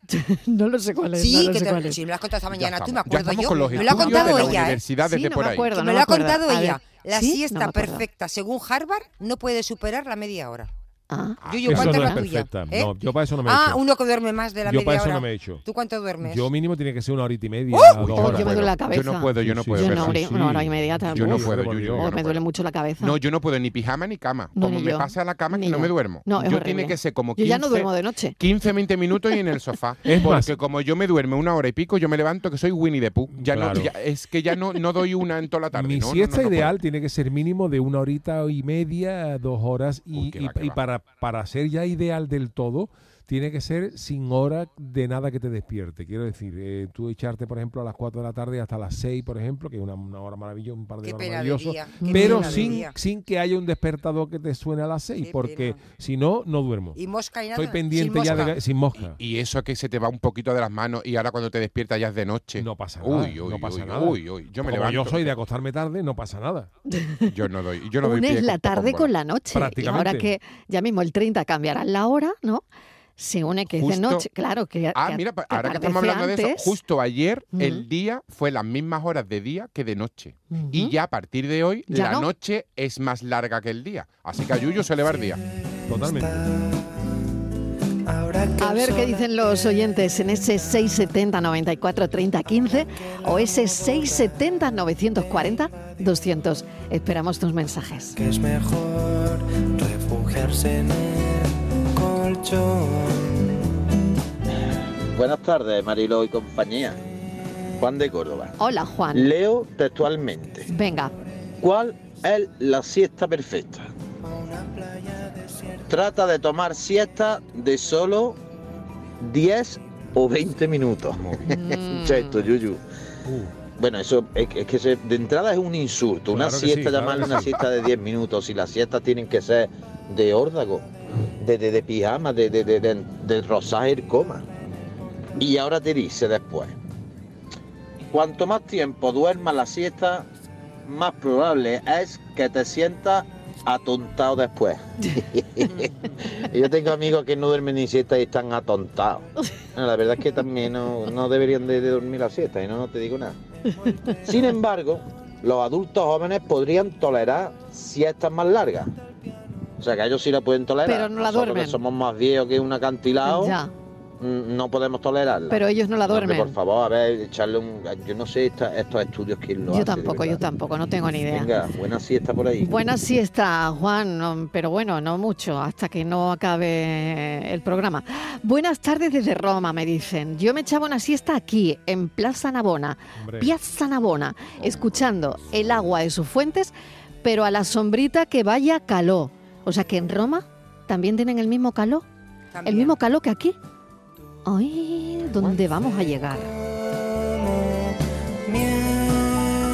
Speaker 1: No lo sé cuál es.
Speaker 8: Sí,
Speaker 1: no lo
Speaker 8: que
Speaker 1: sé
Speaker 8: te,
Speaker 1: cuál es.
Speaker 8: si me lo has contado esta mañana,
Speaker 6: Ya
Speaker 8: tú me
Speaker 6: estamos. Ya
Speaker 8: acuerdo
Speaker 6: estamos
Speaker 8: yo.
Speaker 6: con los
Speaker 8: Me lo ha
Speaker 6: estudios
Speaker 8: contado
Speaker 6: de la
Speaker 8: ella, ¿eh?
Speaker 6: universidad
Speaker 1: Sí,
Speaker 6: desde
Speaker 1: no
Speaker 6: por
Speaker 1: me
Speaker 6: ahí.
Speaker 1: acuerdo,
Speaker 8: Que
Speaker 1: no
Speaker 8: me lo ha
Speaker 1: acuerdo.
Speaker 8: contado
Speaker 1: A ver,
Speaker 8: ella. La
Speaker 1: ¿sí? No me
Speaker 8: siesta
Speaker 1: acuerdo.
Speaker 8: perfecta, según Harvard, no puede superar la media hora.
Speaker 1: Ah.
Speaker 8: Yo,
Speaker 7: Eso
Speaker 8: ¿cuánto
Speaker 7: no
Speaker 8: es
Speaker 7: es
Speaker 8: la tuya?
Speaker 7: perfecta.
Speaker 8: ¿Eh?
Speaker 7: No, yo para eso no me he
Speaker 8: ah,
Speaker 7: hecho.
Speaker 8: uno que duerme más de la
Speaker 7: Yo
Speaker 8: media
Speaker 7: para eso
Speaker 8: hora.
Speaker 7: no me he hecho.
Speaker 8: ¿Tú cuánto duermes? ¡Uh!
Speaker 7: Yo mínimo tiene que ser una hora y media.
Speaker 6: Uy,
Speaker 7: dos
Speaker 6: yo
Speaker 1: Oh,
Speaker 7: horas.
Speaker 1: yo me duele la
Speaker 6: puedo. Yo no
Speaker 1: cabeza.
Speaker 6: puedo, yo no
Speaker 7: Sí,
Speaker 6: puedo.
Speaker 1: Yo
Speaker 7: sí,
Speaker 6: pero
Speaker 1: no,
Speaker 6: sí.
Speaker 1: hombre, una hora y media tampoco.
Speaker 6: Yo no
Speaker 7: Uy,
Speaker 6: puedo,
Speaker 7: por
Speaker 6: yo-
Speaker 7: Dios.
Speaker 6: yo
Speaker 1: Oh,
Speaker 6: no
Speaker 1: me
Speaker 6: puedo.
Speaker 1: duele mucho la cabeza.
Speaker 6: No, yo no puedo ni pijama ni cama.
Speaker 1: Ah. No,
Speaker 6: como
Speaker 1: ni
Speaker 6: me
Speaker 1: yo.
Speaker 6: pasa a la cama
Speaker 1: Ni
Speaker 6: que no
Speaker 1: yo.
Speaker 6: me duermo.
Speaker 1: No, es
Speaker 6: yo
Speaker 1: horrible.
Speaker 6: tiene que ser como
Speaker 1: Yo
Speaker 6: 15,
Speaker 1: ya no duermo de noche.
Speaker 6: 15, 20 minutos y en el sofá.
Speaker 7: Es
Speaker 6: porque
Speaker 7: más-
Speaker 6: como yo me duermo una hora y pico, yo me levanto que soy Winnie the Pooh. Ya no-
Speaker 7: Claro.
Speaker 6: ya- es que ya no, no doy una en toda la tarde.
Speaker 7: Mi
Speaker 6: No, no, no,
Speaker 7: siesta
Speaker 6: no puedo.
Speaker 7: ideal tiene que ser mínimo de una horita y media, dos horas. Y,
Speaker 6: Uy, qué
Speaker 7: y-
Speaker 6: va, qué
Speaker 7: y
Speaker 6: va.
Speaker 7: para, para ser ya ideal del todo, tiene que ser sin hora de nada que te despierte. Quiero decir, eh, tú echarte, por ejemplo, a las 4 de la tarde hasta las 6, por ejemplo, que es una, una hora maravillosa, un par de
Speaker 8: Qué
Speaker 7: horas
Speaker 8: pena de
Speaker 7: maravillosas.
Speaker 8: día, qué
Speaker 7: Pero
Speaker 8: pena de
Speaker 7: sin,
Speaker 8: día.
Speaker 7: sin que haya un despertador que te suene a las 6,
Speaker 8: Qué
Speaker 7: porque
Speaker 8: pena.
Speaker 7: si no, no duermo.
Speaker 8: Y mosca y nada.
Speaker 7: Estoy pendiente
Speaker 8: sin
Speaker 7: ya
Speaker 8: mosca.
Speaker 7: de... Sin mosca.
Speaker 6: Y eso que se te va un poquito de las manos y ahora cuando te despiertas ya es de noche.
Speaker 7: No pasa nada,
Speaker 6: Uy, uy,
Speaker 7: no pasa
Speaker 6: uy,
Speaker 7: nada.
Speaker 6: uy, uy. Yo me
Speaker 7: Como
Speaker 6: levanto.
Speaker 7: yo soy de acostarme tarde, no pasa nada.
Speaker 6: Yo no doy. Yo no doy pie
Speaker 1: Unes la
Speaker 6: con-
Speaker 1: tarde con
Speaker 6: bola.
Speaker 1: la noche. Y ahora
Speaker 7: Prácticamente.
Speaker 1: que ya mismo el 30 cambiará la hora, ¿no? Se une que es de
Speaker 6: Justo-
Speaker 1: noche. Claro, que.
Speaker 6: Ah,
Speaker 1: que-
Speaker 6: mira, pa-
Speaker 1: que
Speaker 6: ahora que
Speaker 1: atardece
Speaker 6: estamos hablando de eso,
Speaker 1: antes.
Speaker 6: justo ayer
Speaker 1: Ujú.
Speaker 6: el día fue las mismas horas de día que de noche.
Speaker 1: Ujú.
Speaker 6: Y ya a partir de hoy,
Speaker 1: Ya
Speaker 6: la
Speaker 1: no.
Speaker 6: noche es más larga que el día. Así que a Yuyo se le va el día.
Speaker 7: Totalmente.
Speaker 1: A ver qué dicen los oyentes en ese 670 94 30 15 o ese 670 940 200. Esperamos tus mensajes.
Speaker 9: que es mejor refugiarse en el colchón.
Speaker 10: Buenas tardes, Marilo y compañía. Juan de Córdoba.
Speaker 1: Hola, Juan.
Speaker 10: Leo textualmente.
Speaker 1: Venga.
Speaker 10: ¿Cuál es la siesta perfecta? Trata de tomar siesta de solo 10 o 20 minutos.
Speaker 1: Mm.
Speaker 10: Escucha esto, Yuyu.
Speaker 7: Uh.
Speaker 10: Bueno, eso es, es que se- de entrada es un insulto. una
Speaker 7: Claro que
Speaker 10: siesta,
Speaker 7: sí, claro
Speaker 10: llamarle
Speaker 7: que
Speaker 10: una
Speaker 7: sí.
Speaker 10: siesta de 10 minutos. Si las siestas tienen que ser de órdago, de, de, de pijama, de, de, de, de- de rozar el coma. Y ahora te dice después. Cuanto más tiempo duermas la siesta, más probable es que te sientas atontado después. Yo tengo amigos que no duermen ni siesta y están atontados. No, Ah, la verdad es que también no, no deberían de, de dormir la siesta y no, no te digo nada. Sin embargo, los adultos jóvenes podrían tolerar siestas más largas. O sea que ellos sí la pueden tolerar.
Speaker 1: Pero no la
Speaker 10: Nosotros
Speaker 1: duermen.
Speaker 10: que somos más viejos que un acantilado,
Speaker 1: Ya.
Speaker 10: mm, no podemos tolerarla.
Speaker 1: Pero ellos no la
Speaker 10: No, hombre,
Speaker 1: duermen.
Speaker 10: por favor, a ver, echarle un... Yo no sé esta- estos estudios quién lo hace. de
Speaker 1: Yo tampoco, yo
Speaker 10: verdad.
Speaker 1: tampoco, no tengo ni idea.
Speaker 10: Venga, buena siesta por ahí.
Speaker 1: Buena siesta, Juan, no, pero bueno, no mucho, hasta que no acabe el programa. Buenas tardes desde Roma, me dicen. Yo me echaba una siesta aquí, en Plaza Navona,
Speaker 7: Hombre.
Speaker 1: Piazza Navona, escuchando el agua de sus fuentes, pero a la sombrita que vaya caló. O sea que en Roma también tienen el mismo caló, el
Speaker 8: También.
Speaker 1: mismo caló que aquí. Ay, ¿dónde vamos a llegar?
Speaker 9: Como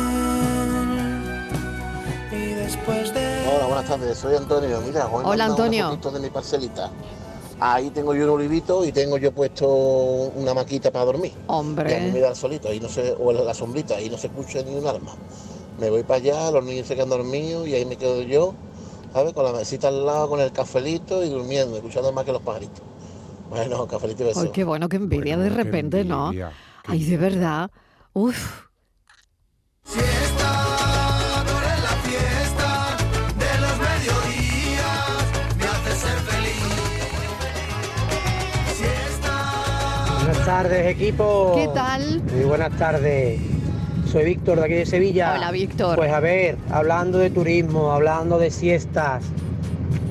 Speaker 9: miel. Y después de
Speaker 11: Hola, buenas tardes, soy Antonio. Mira, os he
Speaker 1: Hola,
Speaker 11: mandado una
Speaker 1: Antonio.
Speaker 11: fotito de mi parcelita. Ahí tengo yo un olivito y tengo yo puesto una maquita para dormir. Y a mí me
Speaker 1: Hombre,
Speaker 11: da el solito, ahí no se, o la sombrita, y no se escucha ni un arma. Me voy para allá, los niños se quedan dormidos y ahí me quedo yo, ¿sabes? Con la mesita al lado, con el cafelito y durmiendo, escuchando más que los pajaritos. Bueno, cafelito y besos.
Speaker 1: ay, qué bueno, qué envidia de
Speaker 7: Bueno, qué
Speaker 1: repente, ¿no?
Speaker 7: envidia, qué
Speaker 1: Ay, de verdad. Uf.
Speaker 9: siesta.
Speaker 12: Buenas tardes, equipo.
Speaker 1: ¿Qué tal?
Speaker 12: Muy buenas tardes. Soy Víctor de aquí de Sevilla.
Speaker 1: Hola, Víctor.
Speaker 12: Pues a ver, hablando de turismo, hablando de siestas,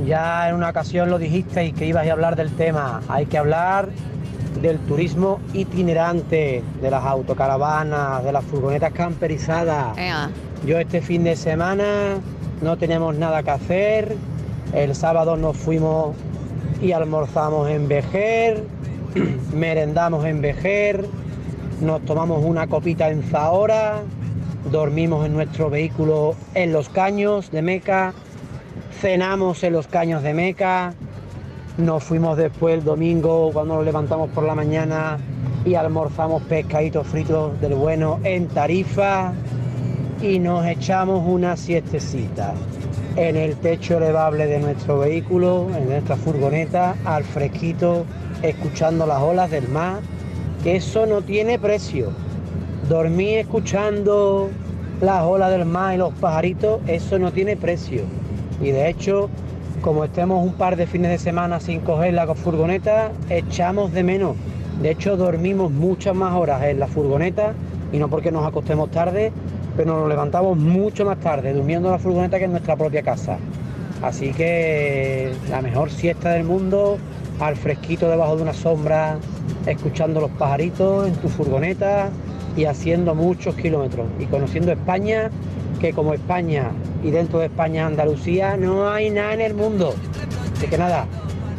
Speaker 12: ya en una ocasión lo dijisteis que ibas a hablar del tema. Hay que hablar del turismo itinerante, de las autocaravanas, de las furgonetas camperizadas.
Speaker 1: Ea.
Speaker 12: Yo este fin de semana no teníamos nada que hacer. El sábado nos fuimos y almorzamos en Vejer, merendamos en Vejer, nos tomamos una copita en Zahora, dormimos en nuestro vehículo en los caños de Meca, cenamos en los caños de Meca, nos fuimos después el domingo cuando nos levantamos por la mañana y almorzamos pescaditos fritos del bueno en Tarifa y nos echamos una siestecita en el techo elevable de nuestro vehículo, en nuestra furgoneta, al fresquito, escuchando las olas del mar, que eso no tiene precio. Dormir escuchando las olas del mar y los pajaritos, eso no tiene precio. Y de hecho, como estemos un par de fines de semana sin coger la furgoneta, echamos de menos. De hecho, dormimos muchas más horas en la furgoneta y no porque nos acostemos tarde, pero nos levantamos mucho más tarde durmiendo en la furgoneta que en nuestra propia casa. Así que la mejor siesta del mundo, al fresquito debajo de una sombra, escuchando los pajaritos en tu furgoneta y haciendo muchos kilómetros y conociendo España, que como España y dentro de España Andalucía no hay nada en el mundo. Así que nada,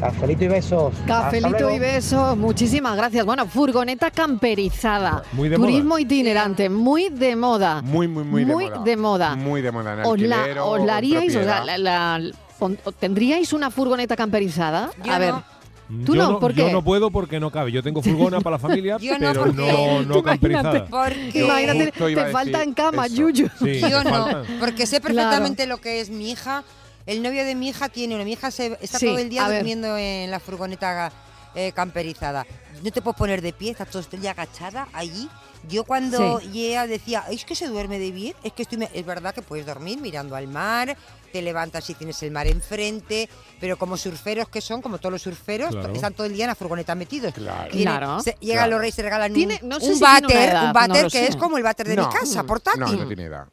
Speaker 12: cafelito y besos. Hasta
Speaker 1: Cafelito
Speaker 12: luego.
Speaker 1: y besos, muchísimas gracias. Bueno, furgoneta camperizada,
Speaker 6: Muy de
Speaker 1: turismo itinerante, muy de moda.
Speaker 6: Muy, muy, muy,
Speaker 1: Muy
Speaker 6: de moda.
Speaker 1: de moda.
Speaker 6: Muy de moda. En
Speaker 1: ¿Os la,
Speaker 6: alquiler
Speaker 1: os
Speaker 6: o
Speaker 1: la
Speaker 6: en
Speaker 1: haríais? O sea,
Speaker 6: propiedad.
Speaker 1: la- la- pon- ¿Tendríais una furgoneta camperizada?
Speaker 8: Yo
Speaker 1: A ver,
Speaker 8: no.
Speaker 1: ¿tú
Speaker 7: yo
Speaker 1: no? ¿Por
Speaker 7: yo
Speaker 1: qué?
Speaker 7: no puedo porque no cabe. Yo tengo furgona para la familia,
Speaker 8: Yo no,
Speaker 7: pero
Speaker 8: porque-
Speaker 7: no, no
Speaker 1: Imagínate.
Speaker 7: camperizada.
Speaker 8: Porque
Speaker 1: Imagínate,
Speaker 6: justo iba a
Speaker 1: te
Speaker 6: decir
Speaker 1: faltan camas,
Speaker 6: eso.
Speaker 1: Yuyu.
Speaker 7: Sí,
Speaker 8: yo
Speaker 7: me
Speaker 8: no,
Speaker 7: faltan.
Speaker 8: porque sé
Speaker 1: Claro.
Speaker 8: perfectamente lo que es mi hija. El novio de mi hija tiene una. Mi hija se, está
Speaker 1: Sí,
Speaker 8: todo el día
Speaker 1: a ver.
Speaker 8: durmiendo en la furgoneta eh, camperizada. No te puedes poner de pie, estás todo el día agachada allí. Yo cuando ella decía, es que se duerme de bien, es que estoy... me-". Es verdad que puedes dormir mirando al mar, te levantas si tienes el mar enfrente, pero como surferos que son, como todos los surferos,
Speaker 7: Claro.
Speaker 8: están todo el día en la furgoneta metidos.
Speaker 6: Claro.
Speaker 8: Tienen-
Speaker 1: Claro.
Speaker 8: se- llegan
Speaker 6: Claro.
Speaker 8: los reyes, se regalan
Speaker 1: Tiene-
Speaker 8: un,
Speaker 1: no sé
Speaker 8: un
Speaker 1: si tiene una
Speaker 8: váter,
Speaker 1: edad, no
Speaker 8: un váter
Speaker 1: lo
Speaker 8: que
Speaker 1: sé.
Speaker 8: es como el váter de
Speaker 6: No,
Speaker 8: mi casa,
Speaker 6: mm,
Speaker 8: portátil.
Speaker 6: No, no tiene edad.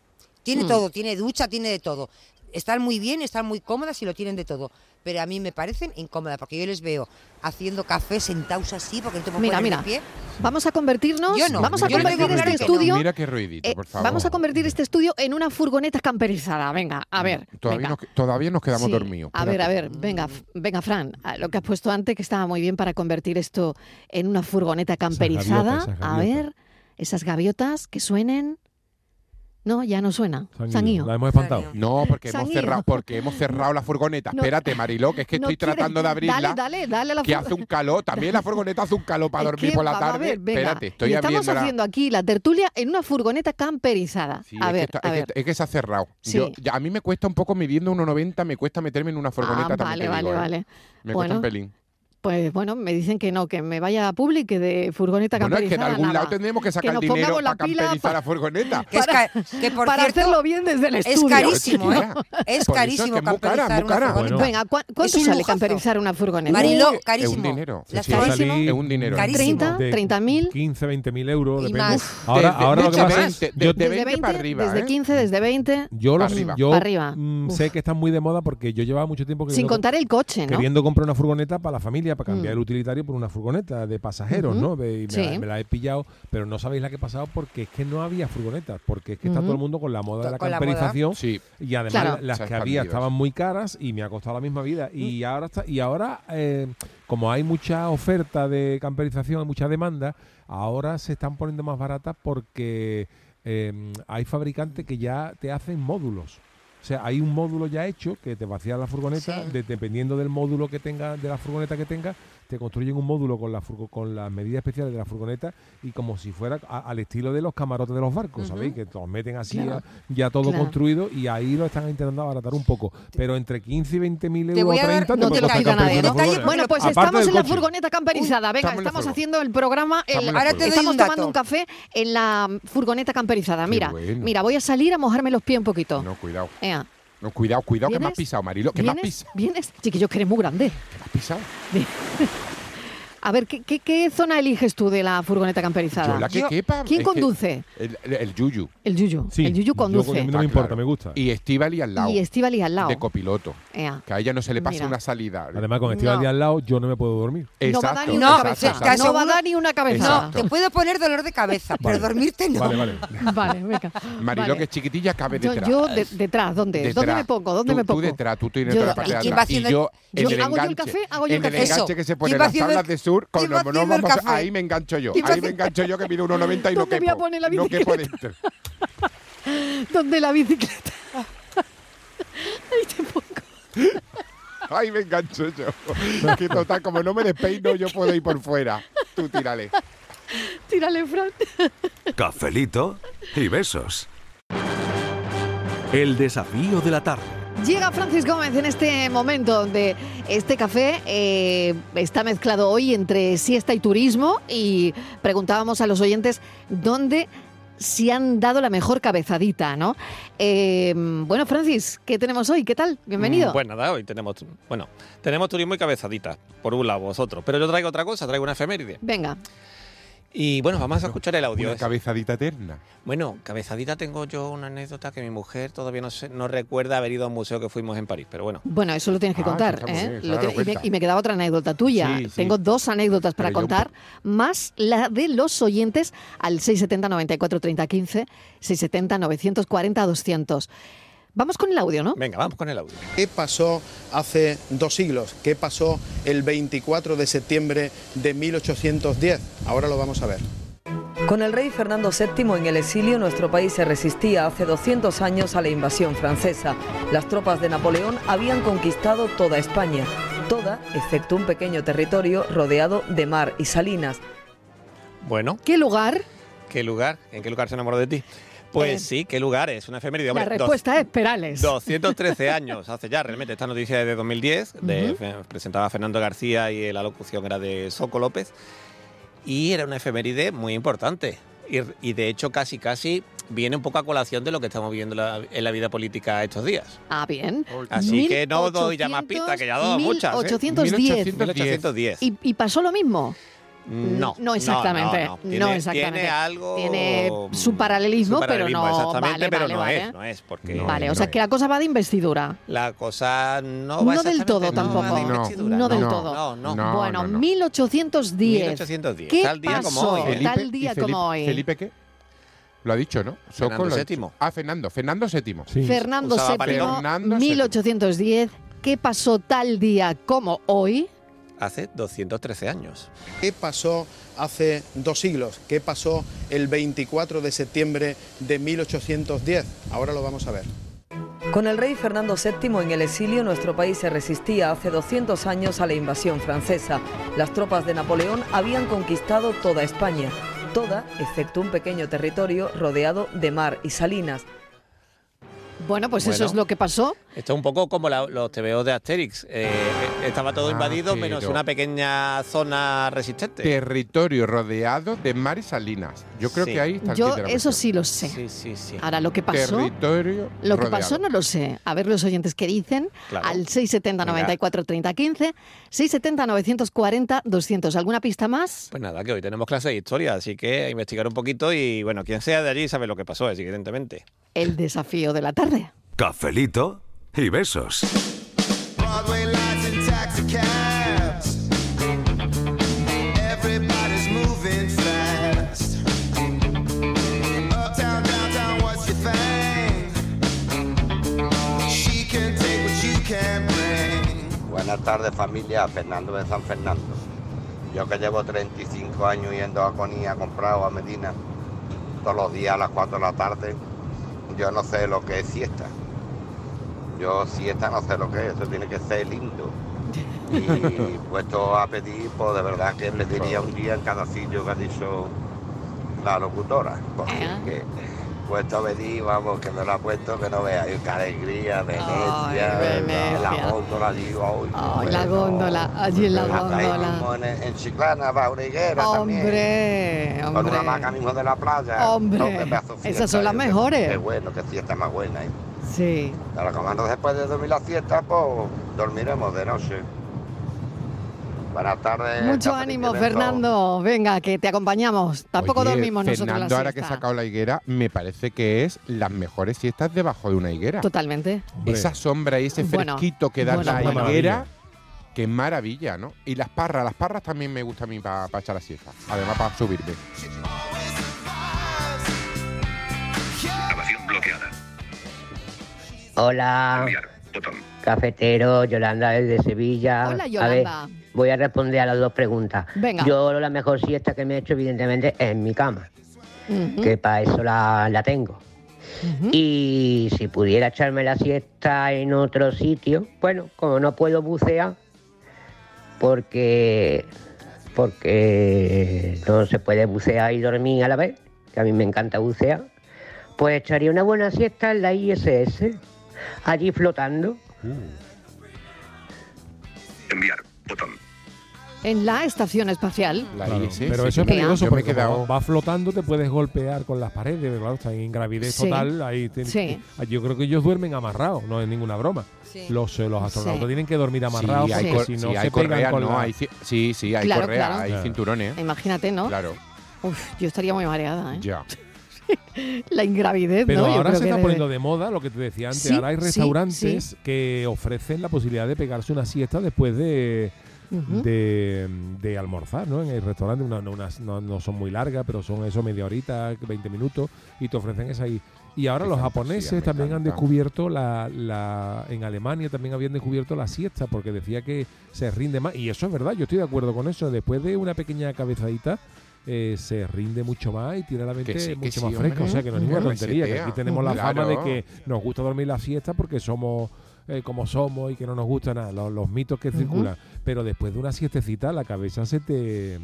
Speaker 8: Tiene
Speaker 1: Mm.
Speaker 8: todo, tiene ducha, tiene de todo. Están muy bien, están muy cómodas y lo tienen de todo. Pero a mí me parecen incómodas porque yo les veo haciendo café sentados así porque no te puedo
Speaker 1: Mira,
Speaker 8: poner
Speaker 1: mira.
Speaker 8: de pie.
Speaker 1: Vamos a convertirnos,
Speaker 8: Yo no,
Speaker 1: vamos a
Speaker 8: yo no
Speaker 1: convertir
Speaker 8: tengo
Speaker 1: este
Speaker 8: claro que no.
Speaker 1: estudio,
Speaker 6: Mira qué ruidito,
Speaker 1: eh,
Speaker 6: por favor.
Speaker 1: vamos a convertir este estudio en una furgoneta camperizada. Venga, a ver,
Speaker 6: Mm, Todavía
Speaker 1: venga.
Speaker 6: nos, todavía nos quedamos
Speaker 1: Sí,
Speaker 6: dormidos.
Speaker 1: A ver,
Speaker 6: espérate.
Speaker 1: a ver, venga, f- venga, Fran, a lo que has puesto antes que estaba muy bien para convertir esto en una furgoneta camperizada.
Speaker 7: gaviotas, esas
Speaker 1: a
Speaker 7: gaviotas.
Speaker 1: ver, esas gaviotas que suenen. No, ya no suena.
Speaker 7: Se han ido.
Speaker 1: Se han ido.
Speaker 7: La hemos espantado.
Speaker 8: Se han
Speaker 6: No, porque
Speaker 1: Se han
Speaker 6: hemos,
Speaker 1: ido.
Speaker 6: cerrado, porque hemos cerrado la furgoneta.
Speaker 1: No.
Speaker 6: Espérate, Mariló, que es que
Speaker 1: No
Speaker 6: estoy
Speaker 1: quiere-
Speaker 6: tratando de abrirla.
Speaker 1: Dale, dale, dale a la
Speaker 6: que
Speaker 1: fur-
Speaker 6: hace un calor. También la furgoneta hace un calor para
Speaker 1: Es
Speaker 6: dormir
Speaker 1: que,
Speaker 6: por la
Speaker 1: vamos a
Speaker 6: tarde.
Speaker 1: ver, venga,
Speaker 6: Espérate,
Speaker 1: y
Speaker 6: estoy
Speaker 1: estamos
Speaker 6: abriéndola.
Speaker 1: haciendo aquí la tertulia en una furgoneta camperizada.
Speaker 6: Sí,
Speaker 1: a
Speaker 6: es,
Speaker 1: ver,
Speaker 6: que está-
Speaker 1: a
Speaker 6: es que-
Speaker 1: ver.
Speaker 6: es que se ha cerrado.
Speaker 1: Sí.
Speaker 6: Yo- ya- a mí me cuesta un poco midiendo 1,90, me cuesta meterme en una furgoneta
Speaker 1: Ah,
Speaker 6: también.
Speaker 1: vale,
Speaker 6: te
Speaker 1: vale,
Speaker 6: digo, ¿eh?
Speaker 1: vale.
Speaker 6: Me cuesta
Speaker 1: Bueno,
Speaker 6: un pelín.
Speaker 1: Pues bueno, me dicen que no, que me vaya a Publi, que de furgoneta
Speaker 6: Bueno, es que de
Speaker 1: camperizada.
Speaker 6: algún lado
Speaker 1: nada.
Speaker 6: tendremos que sacar
Speaker 1: nos
Speaker 6: dinero
Speaker 1: pongamos la
Speaker 6: para
Speaker 1: pila
Speaker 6: camperizar
Speaker 1: pa-
Speaker 6: la furgoneta.
Speaker 8: Que, es
Speaker 1: Para-
Speaker 8: ca- que, por
Speaker 1: para
Speaker 8: cierto,
Speaker 1: hacerlo bien desde el
Speaker 8: es
Speaker 1: estudio.
Speaker 8: carísimo,
Speaker 6: Por
Speaker 8: ¿eh? Es
Speaker 6: eso es que
Speaker 8: carísimo
Speaker 6: es muy cara,
Speaker 8: camperizar
Speaker 6: muy cara.
Speaker 8: una furgoneta.
Speaker 7: Bueno.
Speaker 1: Venga, ¿cuá-
Speaker 8: Es
Speaker 1: ¿cuánto
Speaker 8: un
Speaker 1: sale
Speaker 8: lujazo.
Speaker 1: camperizar una furgoneta?
Speaker 8: Mariló,
Speaker 6: Uy,
Speaker 8: carísimo.
Speaker 6: Es un dinero.
Speaker 8: La
Speaker 7: Sí, va a
Speaker 8: carísimo.
Speaker 7: salir
Speaker 6: Es un dinero.
Speaker 8: Carísimo.
Speaker 1: ¿30?
Speaker 7: de
Speaker 1: ¿30.000?
Speaker 7: 15, 20.000 euros.
Speaker 8: Y
Speaker 7: depende.
Speaker 8: más.
Speaker 7: Ahora,
Speaker 6: Desde-
Speaker 7: ahora lo que
Speaker 6: mucho
Speaker 7: pasa
Speaker 6: más.
Speaker 7: es...
Speaker 6: De-
Speaker 7: yo-
Speaker 6: de- 20 para arriba,
Speaker 1: desde
Speaker 6: ¿eh?
Speaker 1: 15, desde 20,
Speaker 7: Yo, los-
Speaker 6: Arriba.
Speaker 7: yo
Speaker 1: Para arriba.
Speaker 7: mm,
Speaker 1: Uf.
Speaker 7: sé que están muy de moda porque yo llevaba mucho tiempo que
Speaker 1: sin
Speaker 7: no-
Speaker 1: contar el coche, ¿no?
Speaker 7: queriendo comprar una furgoneta para la familia, para cambiar
Speaker 1: Mm.
Speaker 7: el utilitario por una furgoneta de pasajeros,
Speaker 1: Ujú.
Speaker 7: ¿no? Ve- y me,
Speaker 1: Sí.
Speaker 7: la, me la he pillado, pero no sabéis la que he pasado porque es que no había furgonetas, porque es que está
Speaker 1: Ujú.
Speaker 7: todo el mundo con la moda de la
Speaker 8: Con la moda.
Speaker 7: camperización
Speaker 6: Sí.
Speaker 7: y además
Speaker 1: Claro.
Speaker 7: las
Speaker 6: Se han
Speaker 7: que había
Speaker 6: expandido.
Speaker 7: estaban muy caras y me ha costado la misma vida. Y ahora, está, y ahora eh, como hay mucha oferta de camperización, hay mucha demanda, ahora se están poniendo más baratas porque eh, hay fabricantes que ya te hacen módulos. O sea, hay un módulo ya hecho que te vacía la furgoneta,
Speaker 8: Sí.
Speaker 7: de- dependiendo del módulo que tenga, de la furgoneta que tenga, te construyen un módulo con, la furgo- con las medidas especiales de la furgoneta y como si fuera a- al estilo de los camarotes de los barcos, ¿sabéis? Que los meten así
Speaker 1: Claro.
Speaker 7: a- ya todo
Speaker 1: Claro.
Speaker 7: construido y ahí lo están intentando abaratar un poco. Pero entre 15 y 20 mil
Speaker 8: Te
Speaker 7: euros,
Speaker 8: voy a dar-
Speaker 7: 30,
Speaker 8: no
Speaker 1: te
Speaker 7: puede
Speaker 1: lo
Speaker 7: costar
Speaker 1: quita
Speaker 7: camperizar
Speaker 1: nadie,
Speaker 7: una
Speaker 1: ¿no?
Speaker 7: furgoneta.
Speaker 1: Bueno, pues
Speaker 7: Aparte
Speaker 1: estamos
Speaker 7: del
Speaker 1: en la
Speaker 7: coche.
Speaker 1: furgoneta camperizada. Venga,
Speaker 6: estamos en la
Speaker 1: estamos
Speaker 6: furgo-
Speaker 1: haciendo el programa. el-
Speaker 6: estamos en la
Speaker 8: Ahora te furgo- doy
Speaker 1: estamos
Speaker 8: un
Speaker 1: tomando
Speaker 8: dato.
Speaker 1: un café en la furgoneta camperizada. Mira,
Speaker 6: bueno.
Speaker 1: mira, voy a salir a mojarme los pies un poquito.
Speaker 6: No, cuidado.
Speaker 1: Ea,
Speaker 6: No, cuidado, cuidado, que me has
Speaker 1: ¿vienes?
Speaker 6: pisado, Marilo. Que me has
Speaker 1: ¿Vienes?
Speaker 6: pisado.
Speaker 1: ¿Vienes? Chiquillo, que eres muy grande.
Speaker 6: Me has pisado.
Speaker 1: A ver, ¿qué, qué, qué zona eliges tú de la furgoneta camperizada?
Speaker 6: Yo la que quepa.
Speaker 1: ¿Quién
Speaker 6: es que-
Speaker 1: conduce?
Speaker 6: El, el- el Yuyu.
Speaker 1: El Yuyu. el Yuyu conduce.
Speaker 6: Está claro. Y Estivali al lado.
Speaker 1: Y Estivali al lado.
Speaker 6: De copiloto.
Speaker 1: Ea.
Speaker 6: Que a ella no se le pase
Speaker 1: Mira.
Speaker 6: una salida.
Speaker 7: Además, con Estivali
Speaker 1: No.
Speaker 7: al lado, yo no me puedo dormir.
Speaker 1: No va a dar ni una cabeza. No va a dar ni una cabeza.
Speaker 8: No, te puedo poner dolor de cabeza, pero dormirte no.
Speaker 6: Vale, vale.
Speaker 1: Vale, venga.
Speaker 6: Marilo,
Speaker 1: Vale.
Speaker 6: que es chiquitilla, cabe
Speaker 1: Yo,
Speaker 6: detrás.
Speaker 1: yo de- detrás, ¿dónde? ¿Dónde
Speaker 6: Detrás.
Speaker 1: me pongo? ¿Dónde
Speaker 6: Tú-
Speaker 1: me pongo?
Speaker 6: Tú detrás, tú tienes
Speaker 1: Yo
Speaker 6: detrás la
Speaker 1: detrás.
Speaker 6: parte de
Speaker 1: ¿Y quién
Speaker 6: atrás.
Speaker 1: va haciendo
Speaker 6: y yo,
Speaker 1: el- yo-
Speaker 6: en el
Speaker 1: hago yo el
Speaker 6: enganche,
Speaker 1: café, hago yo el
Speaker 6: en
Speaker 1: café.
Speaker 6: enganche
Speaker 1: Eso.
Speaker 6: que se
Speaker 1: ¿Quién
Speaker 6: ponen
Speaker 1: va
Speaker 6: las
Speaker 1: haciendo
Speaker 6: tablas
Speaker 1: el-
Speaker 6: de sur con
Speaker 1: quién va
Speaker 6: los
Speaker 1: haciendo el
Speaker 6: monómamos.
Speaker 1: café?
Speaker 6: Ahí me engancho yo.
Speaker 1: ¿Quién va
Speaker 6: Ahí me
Speaker 1: haciendo-
Speaker 6: engancho yo que mido 1,90 y no
Speaker 1: ¿Dónde
Speaker 6: quepo.
Speaker 1: voy a poner la
Speaker 6: no quepo
Speaker 1: bicicleta?
Speaker 6: adentro.
Speaker 1: ¿Dónde la bicicleta? Ahí te pongo.
Speaker 6: Ahí me engancho yo. que total, como no me despeino, yo puedo ir por fuera. Tú tírale.
Speaker 1: Tírale, Fran.
Speaker 13: Cafelito y besos. El desafío de la tarde.
Speaker 1: Llega Francis Gómez en este momento donde este café eh, está mezclado hoy entre siesta y turismo y preguntábamos a los oyentes dónde se han dado la mejor cabezadita, ¿no? Eh, bueno, Francis, ¿qué tenemos hoy? ¿Qué tal? Bienvenido.
Speaker 14: Mm, Pues nada, hoy tenemos, tu- bueno, tenemos turismo y cabezaditas, por un lado vosotros, pero yo traigo otra cosa, traigo una efeméride.
Speaker 1: Venga.
Speaker 14: Y bueno, vamos a escuchar el audio.
Speaker 6: Una cabezadita eterna.
Speaker 14: Bueno, cabezadita tengo yo una anécdota que mi mujer todavía no, sé- no recuerda haber ido a un museo que fuimos en París, pero bueno.
Speaker 1: Bueno, eso lo tienes que
Speaker 14: Ah,
Speaker 1: contar.
Speaker 14: está muy
Speaker 1: ¿eh?
Speaker 14: bien,
Speaker 1: Lo
Speaker 14: claro,
Speaker 1: tiene- y, me,
Speaker 14: cuenta.
Speaker 1: y me quedaba otra anécdota tuya.
Speaker 14: Sí, sí.
Speaker 1: Tengo dos anécdotas para
Speaker 14: Pero yo un
Speaker 1: contar, más la de los oyentes al 670 94 30 15, 670 940 200. Vamos con el audio, ¿no?
Speaker 14: Venga, vamos con el audio.
Speaker 15: ¿Qué pasó hace dos siglos? ¿Qué pasó el 24 de septiembre de 1810? Ahora lo vamos a ver.
Speaker 16: Con el rey Fernando VII en el exilio, nuestro país se resistía hace 200 años a la invasión francesa. Las tropas de Napoleón habían conquistado toda España, toda excepto un pequeño territorio rodeado de mar y salinas.
Speaker 14: Bueno.
Speaker 1: ¿Qué lugar?
Speaker 14: ¿Qué lugar? ¿En qué lugar se enamoró de ti? Pues sí, ¿qué lugar? Es una efeméride.
Speaker 1: Eh. La
Speaker 14: Hombre, dos-
Speaker 1: respuesta es Perales.
Speaker 14: 213 años hace ya, realmente. Esta noticia es de 2010, de- fe- presentaba Fernando García y la locución era de Soco López. Y era una efeméride muy importante. Y, y de hecho, casi, casi viene un poco a colación de lo que estamos viviendo la- en la vida política estos días.
Speaker 1: Ah, bien.
Speaker 14: Así que no doy ya más pistas, que ya he dado muchas, ¿eh?
Speaker 1: 1810.
Speaker 14: 1810.
Speaker 1: ¿Y, y pasó lo mismo?
Speaker 14: No,
Speaker 1: No exactamente.
Speaker 14: no, no.
Speaker 1: No,
Speaker 14: Tiene-
Speaker 1: exactamente.
Speaker 14: tiene algo-
Speaker 1: Tiene su paralelismo,
Speaker 14: Su
Speaker 1: pero
Speaker 14: paralelismo,
Speaker 1: no.
Speaker 14: exactamente,
Speaker 1: vale,
Speaker 14: pero
Speaker 1: vale,
Speaker 14: no
Speaker 1: vale.
Speaker 14: es, no es, porque...
Speaker 1: Vale, o sea que la cosa va de investidura.
Speaker 14: La cosa no
Speaker 1: No,
Speaker 14: va
Speaker 1: del
Speaker 14: exactamente-
Speaker 1: todo
Speaker 14: no va
Speaker 1: tampoco.
Speaker 14: de
Speaker 1: No,
Speaker 14: investidura,
Speaker 1: del
Speaker 14: no,
Speaker 1: todo.
Speaker 14: No, no.
Speaker 1: bueno,
Speaker 14: no, no.
Speaker 1: 1810.
Speaker 14: 1810,
Speaker 1: ¿Qué
Speaker 14: tal día como
Speaker 1: pasó?
Speaker 14: hoy, ¿eh?
Speaker 1: Tal día
Speaker 6: Felipe-
Speaker 1: como hoy.
Speaker 6: ¿Felipe qué? Lo ha dicho, ¿no?
Speaker 14: Fernando
Speaker 6: lo ha
Speaker 14: VII.
Speaker 6: dicho. Ah, Fernando. Fernando VII.
Speaker 1: Fernando
Speaker 6: Usaba
Speaker 1: VII,
Speaker 6: paletón. Fernando VII.
Speaker 1: 1810. ¿Qué pasó tal día como hoy?
Speaker 14: Hace 213 años.
Speaker 15: ¿Qué pasó hace dos siglos? ¿Qué pasó el 24 de septiembre de 1810? Ahora lo vamos a ver.
Speaker 1: Eh,
Speaker 16: Con el rey Fernando VII en el exilio, nuestro país se resistía hace 200 años a la invasión francesa. Las tropas de Napoleón habían conquistado toda España, toda excepto un pequeño territorio rodeado de mar y salinas.
Speaker 1: Bueno, pues eso
Speaker 14: Bueno.
Speaker 1: es lo que pasó.
Speaker 14: Esto es un poco como la- los TVO de Asterix. eh, estaba todo
Speaker 6: Ah,
Speaker 14: invadido menos
Speaker 6: pero-
Speaker 14: una pequeña zona resistente.
Speaker 6: Territorio rodeado de mares salinas. Yo creo
Speaker 14: Sí.
Speaker 6: que ahí está el
Speaker 1: Yo
Speaker 6: kit de la
Speaker 1: eso sí lo sé. Ahora, lo que pasó...
Speaker 6: Territorio
Speaker 1: Lo que
Speaker 6: rodeado.
Speaker 1: pasó no lo sé. A ver los oyentes qué dicen.
Speaker 6: Claro.
Speaker 1: Al 670
Speaker 14: Venga.
Speaker 1: 94 30 15, 670 940 200. ¿Alguna pista más?
Speaker 14: Pues nada, que hoy tenemos clase de historia, así que a investigar un poquito y bueno, quien sea de allí sabe lo que pasó, es evidentemente.
Speaker 1: El desafío de la tarde.
Speaker 13: Cafelito y besos.
Speaker 17: Broadway lights and taxicabs. Everybody's moving fast. Uptown, downtown, what's your thing? She can take what you can bring.
Speaker 18: Buenas tardes familia, Fernando de San Fernando. Yo que llevo 35 años yendo a Conía a comprar o a Medina todos los días a las 4 de la tarde, yo no sé lo que es siesta. Yo siesta no sé lo que es, eso tiene que ser lindo. Y puesto a pedir, pues de verdad que le diría un día en cada sitio que ha dicho la locutora. Porque es que puesto a pedir, vamos, que me lo ha puesto, que no vea. Y qué alegría, Venecia, la góndola, digo, hoy.
Speaker 1: Ay, la góndola, allí en la góndola.
Speaker 18: en, en Chiclana, va una higuera
Speaker 1: Hombre,
Speaker 18: también. Con
Speaker 1: hombre.
Speaker 18: una hamaca mismo de la playa.
Speaker 1: Hombre,
Speaker 18: No, qué pedazo de fiesta,
Speaker 1: esas son las
Speaker 18: yo, qué-
Speaker 1: mejores.
Speaker 18: Qué bueno, qué fiesta más buena. ¿eh?
Speaker 1: Sí.
Speaker 18: Ahora, como no después de dormir la fiesta, pues dormiremos de noche. Buenas tardes. Cafelito
Speaker 1: Mucho
Speaker 18: y
Speaker 1: ánimo,
Speaker 18: besos.
Speaker 1: Fernando. Venga, que te acompañamos. Tampoco
Speaker 6: Oye,
Speaker 1: dormimos nosotros la
Speaker 6: Fernando, ahora que he
Speaker 1: siesta.
Speaker 6: sacado la higuera, me parece que es las mejores siestas debajo de una higuera.
Speaker 1: Totalmente.
Speaker 6: Esa sombra y ese
Speaker 1: Bueno,
Speaker 6: fresquito que da
Speaker 1: bueno,
Speaker 6: la
Speaker 1: bueno.
Speaker 6: higuera, qué maravilla, ¿no? Y las parras, las parras también me gusta a mí para echar la siesta. Además, para subirme.
Speaker 19: Grabación bloqueada.
Speaker 20: Hola, cafetero, Yolanda desde Sevilla.
Speaker 1: Ah, Hola,
Speaker 20: A ver,
Speaker 1: Yolanda.
Speaker 20: voy a responder a las dos preguntas.
Speaker 1: Venga.
Speaker 20: Yo la mejor siesta que me he hecho, evidentemente, es en mi cama,
Speaker 1: Ujú.
Speaker 20: que para eso la, la tengo. Y si pudiera echarme la siesta en otro sitio, bueno, como no puedo bucear, porque, porque no se puede bucear y dormir a la vez, que a mí me encanta bucear, pues echaría una buena siesta en la ISS, allí flotando.
Speaker 7: Ah,
Speaker 19: Enviar. Botón.
Speaker 1: En la estación espacial.
Speaker 7: Claro,
Speaker 6: sí,
Speaker 7: pero eso
Speaker 6: sí,
Speaker 7: es
Speaker 6: yo me-
Speaker 7: peligroso
Speaker 6: yo me he
Speaker 7: porque como
Speaker 6: quedado-
Speaker 7: va flotando, te puedes golpear con las paredes, claro, está en gravidez
Speaker 1: Sí.
Speaker 7: total. Ahí te-
Speaker 1: Sí.
Speaker 7: Yo creo que ellos duermen amarrados, no es ninguna broma. Los, eh, los astronautas tienen que dormir amarrados
Speaker 6: Sí, hay,
Speaker 7: porque
Speaker 6: cor-
Speaker 7: si
Speaker 6: sí,
Speaker 7: no
Speaker 6: hay
Speaker 7: se
Speaker 6: correa,
Speaker 7: pegan con
Speaker 6: ¿no?
Speaker 7: la-
Speaker 6: Hay ci- sí, sí, hay
Speaker 1: Claro,
Speaker 6: correa,
Speaker 1: claro.
Speaker 6: hay
Speaker 1: Claro.
Speaker 6: cinturones.
Speaker 1: Imagínate, ¿no?
Speaker 6: Claro.
Speaker 1: Uf, yo estaría muy mareada, ¿eh?
Speaker 6: Ya.
Speaker 1: La ingravidez,
Speaker 7: Pero
Speaker 1: ¿no? Yo
Speaker 7: ahora
Speaker 1: creo
Speaker 7: se
Speaker 1: que
Speaker 7: está
Speaker 1: debe-
Speaker 7: poniendo de moda lo que te decía antes.
Speaker 1: Sí,
Speaker 7: ahora hay
Speaker 1: sí,
Speaker 7: restaurantes
Speaker 1: sí.
Speaker 7: que ofrecen la posibilidad de pegarse una siesta después de,
Speaker 1: Ujú.
Speaker 7: de, de almorzar, ¿no? En el restaurante una- no- unas- no, no son muy largas, pero son eso media horita, 20 minutos, y te ofrecen esa ahí. Y ahora
Speaker 6: Qué
Speaker 7: los
Speaker 6: fantasía, me
Speaker 7: japoneses también han
Speaker 6: encanta.
Speaker 7: descubierto la, la... En Alemania también habían descubierto la siesta porque decía que se rinde más. Y eso es verdad, yo estoy de acuerdo con eso. Después de una pequeña cabezadita... eh, se rinde mucho más y tiene la mente
Speaker 6: sí, que
Speaker 7: mucho
Speaker 6: Este, pues sí,
Speaker 7: más
Speaker 6: hombre.
Speaker 7: fresca, o sea que no es ninguna
Speaker 6: Claro,
Speaker 7: tontería. Que
Speaker 6: resetea.
Speaker 7: aquí tenemos la fama
Speaker 6: Claro.
Speaker 7: de que nos gusta dormir la siesta porque somos eh, como somos y que no nos gusta nada, los, los mitos que circulan. Pero después de una siestecita la cabeza se te,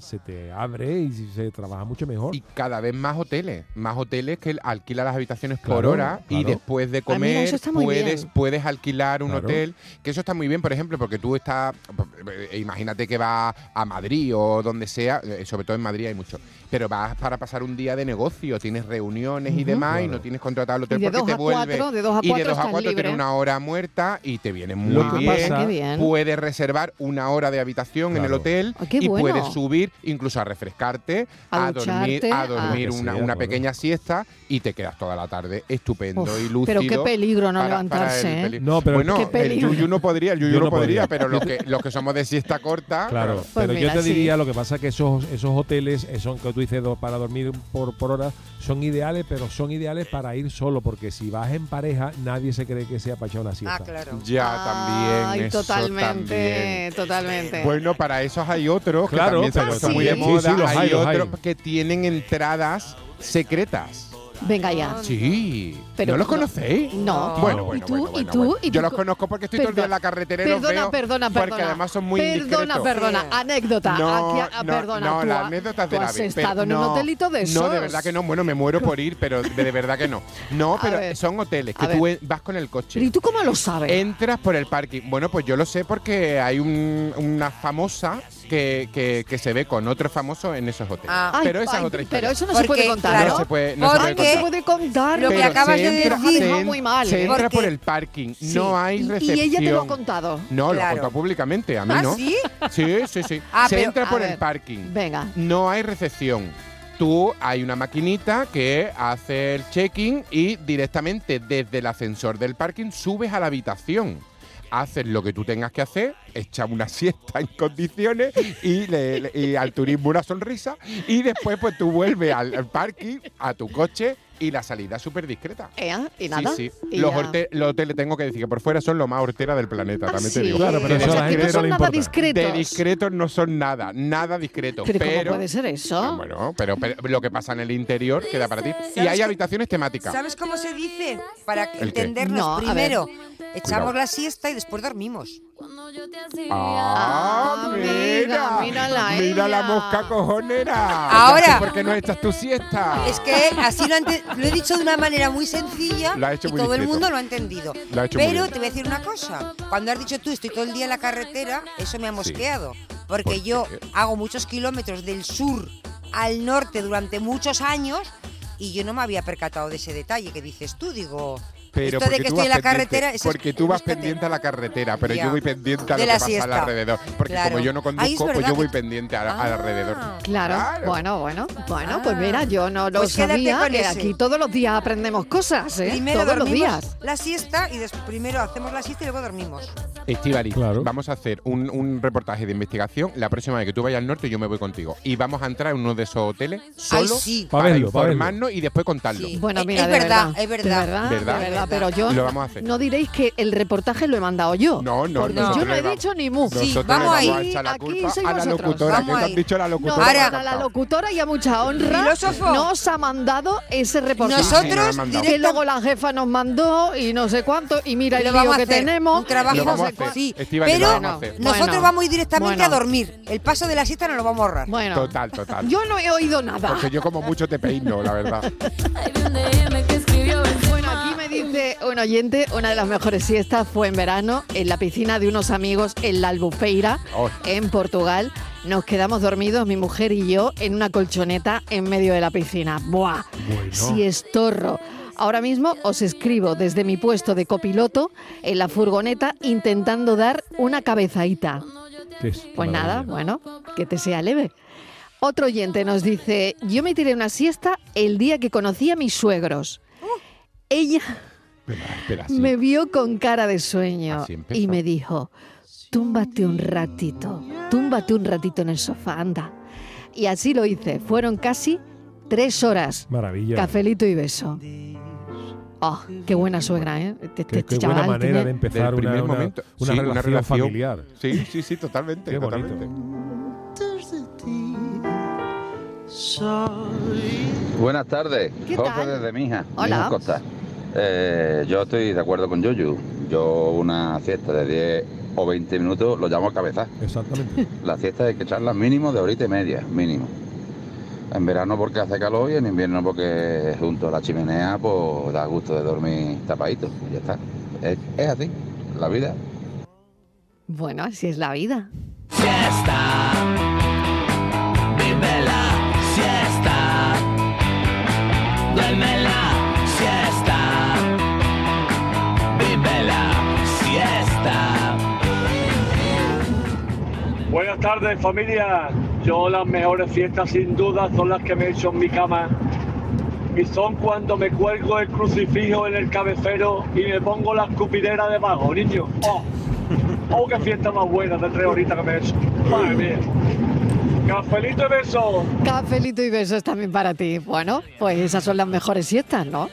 Speaker 7: se te abre y se trabaja mucho mejor.
Speaker 6: Y cada vez más hoteles, más hoteles que alquilan las habitaciones por
Speaker 7: Claro,
Speaker 6: hora y
Speaker 7: claro.
Speaker 6: después de
Speaker 7: Ah,
Speaker 6: comer
Speaker 7: mira, eso está muy
Speaker 6: puedes,
Speaker 7: bien.
Speaker 6: puedes alquilar un
Speaker 7: Claro.
Speaker 6: hotel, que eso está muy bien, por ejemplo, porque tú estás, eh, imagínate que vas a Madrid o donde sea, eh, sobre todo en Madrid hay mucho, pero vas para pasar un día de negocio, tienes reuniones y
Speaker 1: Ujú.
Speaker 6: demás y
Speaker 1: Claro.
Speaker 6: no tienes contratado el hotel
Speaker 1: Y de
Speaker 6: porque
Speaker 1: dos
Speaker 6: te
Speaker 1: a
Speaker 6: vuelve
Speaker 1: cuatro, de dos a
Speaker 6: y de
Speaker 1: cuatro
Speaker 6: dos a
Speaker 1: estás
Speaker 6: cuatro
Speaker 1: libre.
Speaker 6: tienes una hora muerta y te viene muy
Speaker 7: Lo que
Speaker 6: bien.
Speaker 7: pasa- Qué bien.
Speaker 6: puedes reservar una hora de habitación en el
Speaker 7: Claro.
Speaker 6: hotel
Speaker 1: Ah, qué
Speaker 6: y
Speaker 1: bueno.
Speaker 6: puedes subir incluso a refrescarte,
Speaker 1: A
Speaker 6: a, dormir,
Speaker 1: ducharte, a-
Speaker 6: a dormir
Speaker 1: Lo que
Speaker 6: una,
Speaker 1: sea,
Speaker 6: una
Speaker 1: claro.
Speaker 6: pequeña siesta y te quedas toda la tarde estupendo
Speaker 1: Uf,
Speaker 6: y
Speaker 1: pero
Speaker 6: lúcido.
Speaker 1: qué peligro no levantarse, ¿eh?
Speaker 7: No, pero-
Speaker 6: bueno,
Speaker 7: Qué
Speaker 6: el
Speaker 7: peligro.
Speaker 6: yuyu no podría, el yuyu
Speaker 7: Yo
Speaker 6: no
Speaker 7: no
Speaker 6: podría,
Speaker 7: podría.
Speaker 6: pero los que, los que somos de siesta corta,
Speaker 7: Claro,
Speaker 6: pues
Speaker 7: pero
Speaker 6: mira,
Speaker 7: yo te
Speaker 6: sí.
Speaker 7: diría lo que pasa que esos esos hoteles eh, son que tú dices do- para dormir por, por hora son ideales, pero son ideales para ir solo porque si vas en pareja nadie se cree que sea para echar una siesta.
Speaker 1: Ah, claro.
Speaker 6: Ya también.
Speaker 1: Ay,
Speaker 6: eso
Speaker 1: totalmente, totalmente.
Speaker 6: también. Bueno, para esos hay otros que
Speaker 7: Claro,
Speaker 6: también se han
Speaker 7: pero
Speaker 6: puesto muy de
Speaker 7: también- sí,
Speaker 6: moda.
Speaker 7: sí, los
Speaker 6: hay,
Speaker 7: hay, los hay.
Speaker 6: otros que tienen entradas secretas.
Speaker 1: Venga ya.
Speaker 6: Sí.
Speaker 1: Pero
Speaker 6: ¿No los
Speaker 1: no.
Speaker 6: conocéis?
Speaker 1: No.
Speaker 6: Bueno,
Speaker 1: ¿Y
Speaker 6: bueno,
Speaker 1: tú?
Speaker 6: bueno,
Speaker 1: ¿Y
Speaker 6: bueno,
Speaker 1: tú?
Speaker 6: bueno.
Speaker 1: ¿Y
Speaker 6: Yo
Speaker 1: tú
Speaker 6: los
Speaker 1: co-
Speaker 6: conozco porque estoy todo el día en la carretera. y los
Speaker 1: Perdona,
Speaker 6: veo,
Speaker 1: perdona, perdona.
Speaker 6: Porque además son muy
Speaker 1: Perdona,
Speaker 6: indiscretos.
Speaker 1: perdona. Anécdota.
Speaker 6: No,
Speaker 1: Aquí, ah,
Speaker 6: no,
Speaker 1: perdona,
Speaker 6: no,
Speaker 1: tú
Speaker 6: la
Speaker 1: ha-
Speaker 6: anécdota es
Speaker 1: tú
Speaker 6: de la
Speaker 1: has estado en un
Speaker 6: no,
Speaker 1: hotelito de
Speaker 6: No, de
Speaker 1: esos.
Speaker 6: verdad que no. Bueno, me muero por ir, pero de, de verdad que no. No, pero son hoteles que
Speaker 1: a
Speaker 6: tú
Speaker 1: ver.
Speaker 6: en- vas con el coche.
Speaker 1: Pero ¿y tú cómo lo sabes?
Speaker 6: Entras por el parking. Bueno, pues yo lo sé porque hay un- una famosa que, que- que se ve con otro famoso en esos hoteles.
Speaker 1: Ah.
Speaker 6: pero
Speaker 1: Ay,
Speaker 6: esa es
Speaker 1: ay,
Speaker 6: otra historia.
Speaker 1: Pero eso no se puede contar,
Speaker 6: No se puede, no se puede
Speaker 1: Porque
Speaker 6: contar.
Speaker 1: puede contar.
Speaker 6: Pero
Speaker 1: Lo que acabas
Speaker 6: se
Speaker 1: de
Speaker 6: entra-
Speaker 1: decir
Speaker 6: se
Speaker 1: dejado
Speaker 6: en-
Speaker 1: muy mal.
Speaker 6: Se
Speaker 1: ¿eh?
Speaker 6: entra por
Speaker 1: Porque-
Speaker 6: el parking,
Speaker 1: Sí.
Speaker 6: no hay
Speaker 1: Y-
Speaker 6: recepción.
Speaker 1: Y ella te lo ha contado.
Speaker 6: No, lo ha contado públicamente, a mí
Speaker 1: ¿Ah,
Speaker 6: no.
Speaker 1: sí?
Speaker 6: Sí, sí, sí.
Speaker 1: Ah,
Speaker 6: se
Speaker 1: pero,
Speaker 6: entra
Speaker 1: a
Speaker 6: por el
Speaker 1: ver.
Speaker 6: parking.
Speaker 1: Venga.
Speaker 6: No hay recepción. Tú hay una maquinita que hace el check-in y directamente desde el ascensor del parking subes a la habitación. Haces lo que tú tengas que hacer, echa una siesta en condiciones y, le- le- y al turismo una sonrisa y después pues tú vuelves al, al parking, a tu coche y la salida es súper discreta.
Speaker 1: Eh, Y nada.
Speaker 6: Sí, sí.
Speaker 1: y
Speaker 6: Los,
Speaker 1: ya.
Speaker 6: horte- los hoteles, tengo que decir que por fuera son lo más hortera del planeta,
Speaker 1: Ah,
Speaker 6: también te
Speaker 1: sí.
Speaker 6: digo.
Speaker 1: Claro, pero
Speaker 6: De
Speaker 1: eso a la gente
Speaker 6: discretos-
Speaker 1: no le No son nada importa. discretos.
Speaker 6: De discretos no son nada, nada discretos.
Speaker 1: Pero
Speaker 6: Pero,
Speaker 1: ¿cómo puede ser eso?
Speaker 6: Bueno, pero, pero lo que pasa en el interior queda para ti. Y hay habitaciones temáticas.
Speaker 8: ¿Sabes cómo se dice? Para
Speaker 6: qué?
Speaker 8: entendernos
Speaker 1: No, a ver.
Speaker 8: primero, echamos
Speaker 6: Cuidado.
Speaker 8: la siesta y después dormimos.
Speaker 6: ¡Ah, mira!
Speaker 8: mírala
Speaker 6: ¡Mira la mosca cojonera!
Speaker 8: Ahora.
Speaker 6: Ya sé ¿Por qué no echas tu siesta?
Speaker 8: Es que así lo, han te- lo he dicho de una manera muy sencilla
Speaker 6: Lo ha hecho
Speaker 8: y
Speaker 6: muy
Speaker 8: todo el
Speaker 6: discreto.
Speaker 8: mundo lo ha entendido.
Speaker 6: Lo ha hecho muy
Speaker 8: Pero
Speaker 6: bien.
Speaker 8: te voy a decir una cosa. Cuando has dicho tú estoy todo el día en la carretera, eso me ha mosqueado. Porque
Speaker 6: ¿Por
Speaker 8: yo
Speaker 6: qué?
Speaker 8: hago muchos kilómetros del sur al norte durante muchos años y yo no me había percatado de ese detalle que dices tú. Digo,
Speaker 6: Pero
Speaker 8: Esto de
Speaker 6: porque
Speaker 8: que
Speaker 6: tú
Speaker 8: estoy
Speaker 6: vas
Speaker 8: en la carretera,
Speaker 6: pendiente-
Speaker 8: eso es-
Speaker 6: Porque tú vas pendiente a la carretera, pero
Speaker 8: Ya.
Speaker 6: yo voy pendiente a lo
Speaker 8: De
Speaker 6: que
Speaker 8: la
Speaker 6: pasa
Speaker 8: siesta.
Speaker 6: alrededor. Porque
Speaker 8: Claro.
Speaker 6: como yo no
Speaker 8: Ay, es
Speaker 6: conduzco, pues
Speaker 8: verdad
Speaker 6: yo
Speaker 8: que- Ah.
Speaker 6: voy pendiente a- a alrededor.
Speaker 1: Claro. bueno, bueno, bueno, pues mira, yo no lo
Speaker 8: Pues quédate
Speaker 1: sabía.
Speaker 8: con
Speaker 1: que
Speaker 8: ese.
Speaker 1: aquí todos los días aprendemos cosas, ¿eh?
Speaker 8: Primero
Speaker 1: todos los
Speaker 8: dormimos
Speaker 1: días.
Speaker 8: la siesta y des- primero hacemos la siesta y luego dormimos.
Speaker 6: Estivali, vamos a hacer un, un reportaje de investigación. La próxima vez que tú vayas al norte, yo me voy contigo. Y vamos a entrar en uno de esos hoteles solo
Speaker 8: sí.
Speaker 6: para,
Speaker 7: Pa' verlo, pa' verlo.
Speaker 6: informarnos y después contarlo.
Speaker 1: Bueno,
Speaker 8: Es-
Speaker 1: mira,
Speaker 8: Eh, es
Speaker 1: de
Speaker 8: verdad,
Speaker 1: verdad,
Speaker 8: es verdad.
Speaker 1: de verdad,
Speaker 6: ¿Verdad?
Speaker 1: de verdad, pero yo
Speaker 6: Lo vamos a hacer.
Speaker 1: no diréis que el reportaje lo he mandado yo.
Speaker 6: No, no,
Speaker 1: porque
Speaker 6: nosotros
Speaker 1: yo no
Speaker 6: le
Speaker 1: he
Speaker 6: vamos-
Speaker 1: dicho ni mu.
Speaker 6: Sí, Nosotros vamos le vamos ahí. a echar la
Speaker 1: Aquí
Speaker 6: culpa
Speaker 1: sois
Speaker 6: a la
Speaker 1: vosotros.
Speaker 6: locutora, que Vamos nos ha ahí. dicho la locutora que
Speaker 1: No,
Speaker 6: ha
Speaker 1: a la
Speaker 6: captado.
Speaker 1: locutora y a mucha honra
Speaker 8: Filósofo.
Speaker 1: nos ha mandado ese reportaje.
Speaker 8: Nosotros Sí, nos lo ha mandado.
Speaker 1: que luego la jefa nos mandó y no sé cuánto y mira
Speaker 8: Lo
Speaker 1: el
Speaker 8: vamos
Speaker 1: lío
Speaker 8: a
Speaker 1: que
Speaker 8: hacer,
Speaker 1: tenemos.
Speaker 8: un trabajo
Speaker 1: y
Speaker 8: Lo
Speaker 1: no
Speaker 8: vamos
Speaker 1: sé
Speaker 8: a hacer.
Speaker 1: cuá-
Speaker 8: Sí,
Speaker 6: Estíbaliz,
Speaker 8: pero
Speaker 6: lo vamos a hacer.
Speaker 8: Nosotros
Speaker 1: Bueno,
Speaker 8: vamos a ir directamente
Speaker 1: bueno.
Speaker 8: a dormir. El paso de la siesta no lo vamos a ahorrar.
Speaker 1: Bueno.
Speaker 6: Total, total.
Speaker 1: Yo no he oído nada.
Speaker 6: Porque yo como mucho te peino, la verdad.
Speaker 1: Bueno, aquí me dice un oyente, una de las mejores siestas fue en verano, en la piscina de unos amigos en la Albufeira,
Speaker 6: Oh.
Speaker 1: en Portugal. Nos quedamos dormidos, mi mujer y yo, en una colchoneta en medio de la piscina. ¡Buah! Si estorro. Ahora mismo os escribo desde mi puesto de copiloto en la furgoneta intentando dar una cabezadita. Pues nada, bueno, que te sea leve. Otro oyente nos dice, yo me tiré una siesta el día que conocí a mis suegros. Ella
Speaker 5: Ah,
Speaker 6: Espera, sí.
Speaker 1: me vio con cara de sueño
Speaker 6: Así empezó.
Speaker 1: y me dijo, túmbate un ratito, túmbate un ratito en el sofá, anda. Y así lo hice, fueron casi tres horas.
Speaker 7: Maravilla.
Speaker 1: Cafelito y beso. Oh, qué buena suegra, ¿eh? Este-
Speaker 7: Qué,
Speaker 1: este
Speaker 7: qué buena
Speaker 1: chaval
Speaker 7: manera
Speaker 1: tiene-
Speaker 7: de empezar
Speaker 6: Del primer
Speaker 7: una, una-
Speaker 6: momento.
Speaker 7: una
Speaker 6: Sí,
Speaker 7: relación
Speaker 6: una relación.
Speaker 7: familiar.
Speaker 6: Sí, sí, sí, totalmente.
Speaker 7: Qué bonito.
Speaker 6: totalmente.
Speaker 21: Buenas tardes,
Speaker 1: ¿Qué
Speaker 21: Jorge
Speaker 1: tal?
Speaker 21: desde Mija,
Speaker 1: Hola.
Speaker 21: Mijas Costa. Eh, yo estoy de acuerdo con Yuyu. Yo una siesta de 10 o 20 minutos lo llamo cabeza.
Speaker 7: Exactamente.
Speaker 21: La siesta hay que echarla mínimo de horita y media, mínimo. En verano porque hace calor y en invierno porque junto a la chimenea pues da gusto de dormir tapadito. y Ya está. Es, es así, la vida.
Speaker 1: Bueno, así es la vida.
Speaker 5: Siesta, vive la siesta, duerme la siesta, vive la siesta.
Speaker 22: Buenas tardes familia. Yo las mejores fiestas sin duda son las que me he hecho en mi cama. Y son cuando me cuelgo el crucifijo en el cabecero y me pongo la escupidera debajo, niño. ¡Oh! ¡Oh, qué fiesta más buena de tres horitas que me he hecho! ¡Madre mía! ¡Cafelito y besos!
Speaker 1: Cafelito y besos también para ti. Bueno, pues esas son las mejores siestas, ¿no?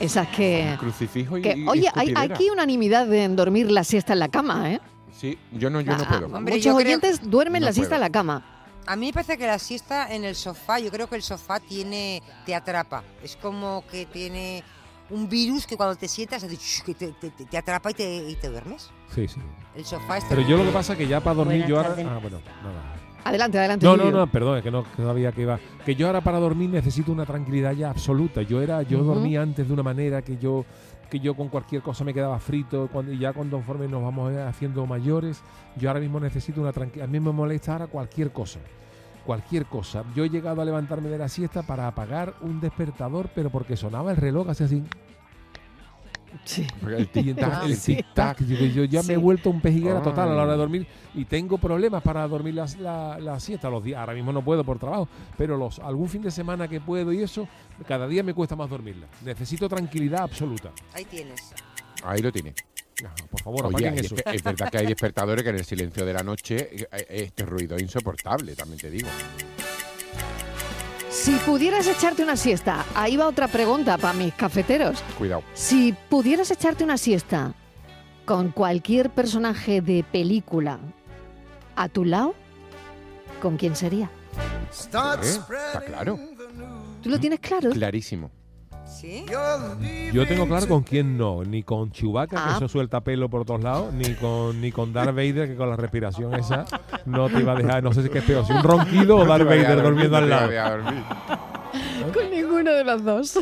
Speaker 1: Esas que...
Speaker 6: Crucifijo y.
Speaker 1: que-
Speaker 6: y
Speaker 1: oye, hay
Speaker 6: escupidera.
Speaker 1: aquí unanimidad de dormir la siesta en la cama, ¿eh?
Speaker 6: Sí, yo no, yo no
Speaker 1: Ah,
Speaker 6: puedo.
Speaker 1: Muchos oyentes duermen
Speaker 6: No
Speaker 1: la siesta
Speaker 6: puedo.
Speaker 1: en la cama.
Speaker 8: A mí me parece que la siesta en el sofá, yo creo que el sofá tiene, te atrapa. Es como que tiene un virus que cuando te sientas hace ch- que te, te- te- te atrapa y te, y te duermes.
Speaker 7: Sí, sí.
Speaker 8: El sofá es
Speaker 7: Pero yo lo que pasa es que ya para dormir
Speaker 8: Buenas
Speaker 7: yo ahora...
Speaker 8: tardes.
Speaker 7: Ah, bueno, nada.
Speaker 1: Adelante, adelante.
Speaker 7: No, no,
Speaker 1: Emilio.
Speaker 7: no, perdón, es que no que sabía que iba. Que yo ahora para dormir necesito una tranquilidad ya absoluta. Yo era, yo
Speaker 1: Ujú.
Speaker 7: dormía antes de una manera que yo que yo con cualquier cosa me quedaba frito cuando, y ya cuando conforme nos vamos eh, haciendo mayores, yo ahora mismo necesito una tranquilidad. A mí me molesta ahora cualquier cosa. Cualquier cosa. Yo he llegado a levantarme de la siesta para apagar un despertador, pero porque sonaba el reloj así así.
Speaker 1: Sí.
Speaker 7: El tic-tac, el
Speaker 1: Ah, Sí.
Speaker 7: tic-tac. Yo, yo ya me he
Speaker 1: Sí.
Speaker 7: vuelto un pejiguera total a la hora de
Speaker 1: Ay.
Speaker 7: dormir y tengo problemas para dormir las- la, la siesta los días. Ahora mismo no puedo por trabajo, pero los algún fin de semana que puedo y eso, cada día me cuesta más dormirla. Necesito tranquilidad absoluta.
Speaker 8: Ahí tienes.
Speaker 6: Ahí lo tiene.
Speaker 7: Ah, por favor,
Speaker 6: Oye,
Speaker 7: apaguen
Speaker 6: hay
Speaker 7: eso.
Speaker 6: despe- Es verdad que hay despertadores que en el silencio de la noche eh, eh, este ruido es insoportable, también te digo.
Speaker 1: Si pudieras echarte una siesta, ahí va otra pregunta para mis cafeteros.
Speaker 6: Cuidado.
Speaker 1: Si pudieras echarte una siesta con cualquier personaje de película a tu lado, ¿con quién sería?
Speaker 6: ¿Eh? Está claro.
Speaker 1: ¿Tú
Speaker 3: Mm.
Speaker 1: lo tienes claro?
Speaker 6: Clarísimo.
Speaker 8: ¿Sí?
Speaker 7: ¿Eh? Yo tengo claro con quién no, ni con Chewbacca,
Speaker 1: Ah.
Speaker 7: que eso suelta pelo por todos lados, ni con ni con Darth Vader, que con la respiración esa no te iba a dejar, no sé si es que es peor, si un ronquido o
Speaker 6: No te
Speaker 7: Darth
Speaker 6: vayas a
Speaker 7: Vader
Speaker 6: dormir,
Speaker 7: durmiendo
Speaker 6: no
Speaker 7: al
Speaker 6: te
Speaker 7: lado.
Speaker 6: vayas a dormir.
Speaker 1: Con ninguno de los dos.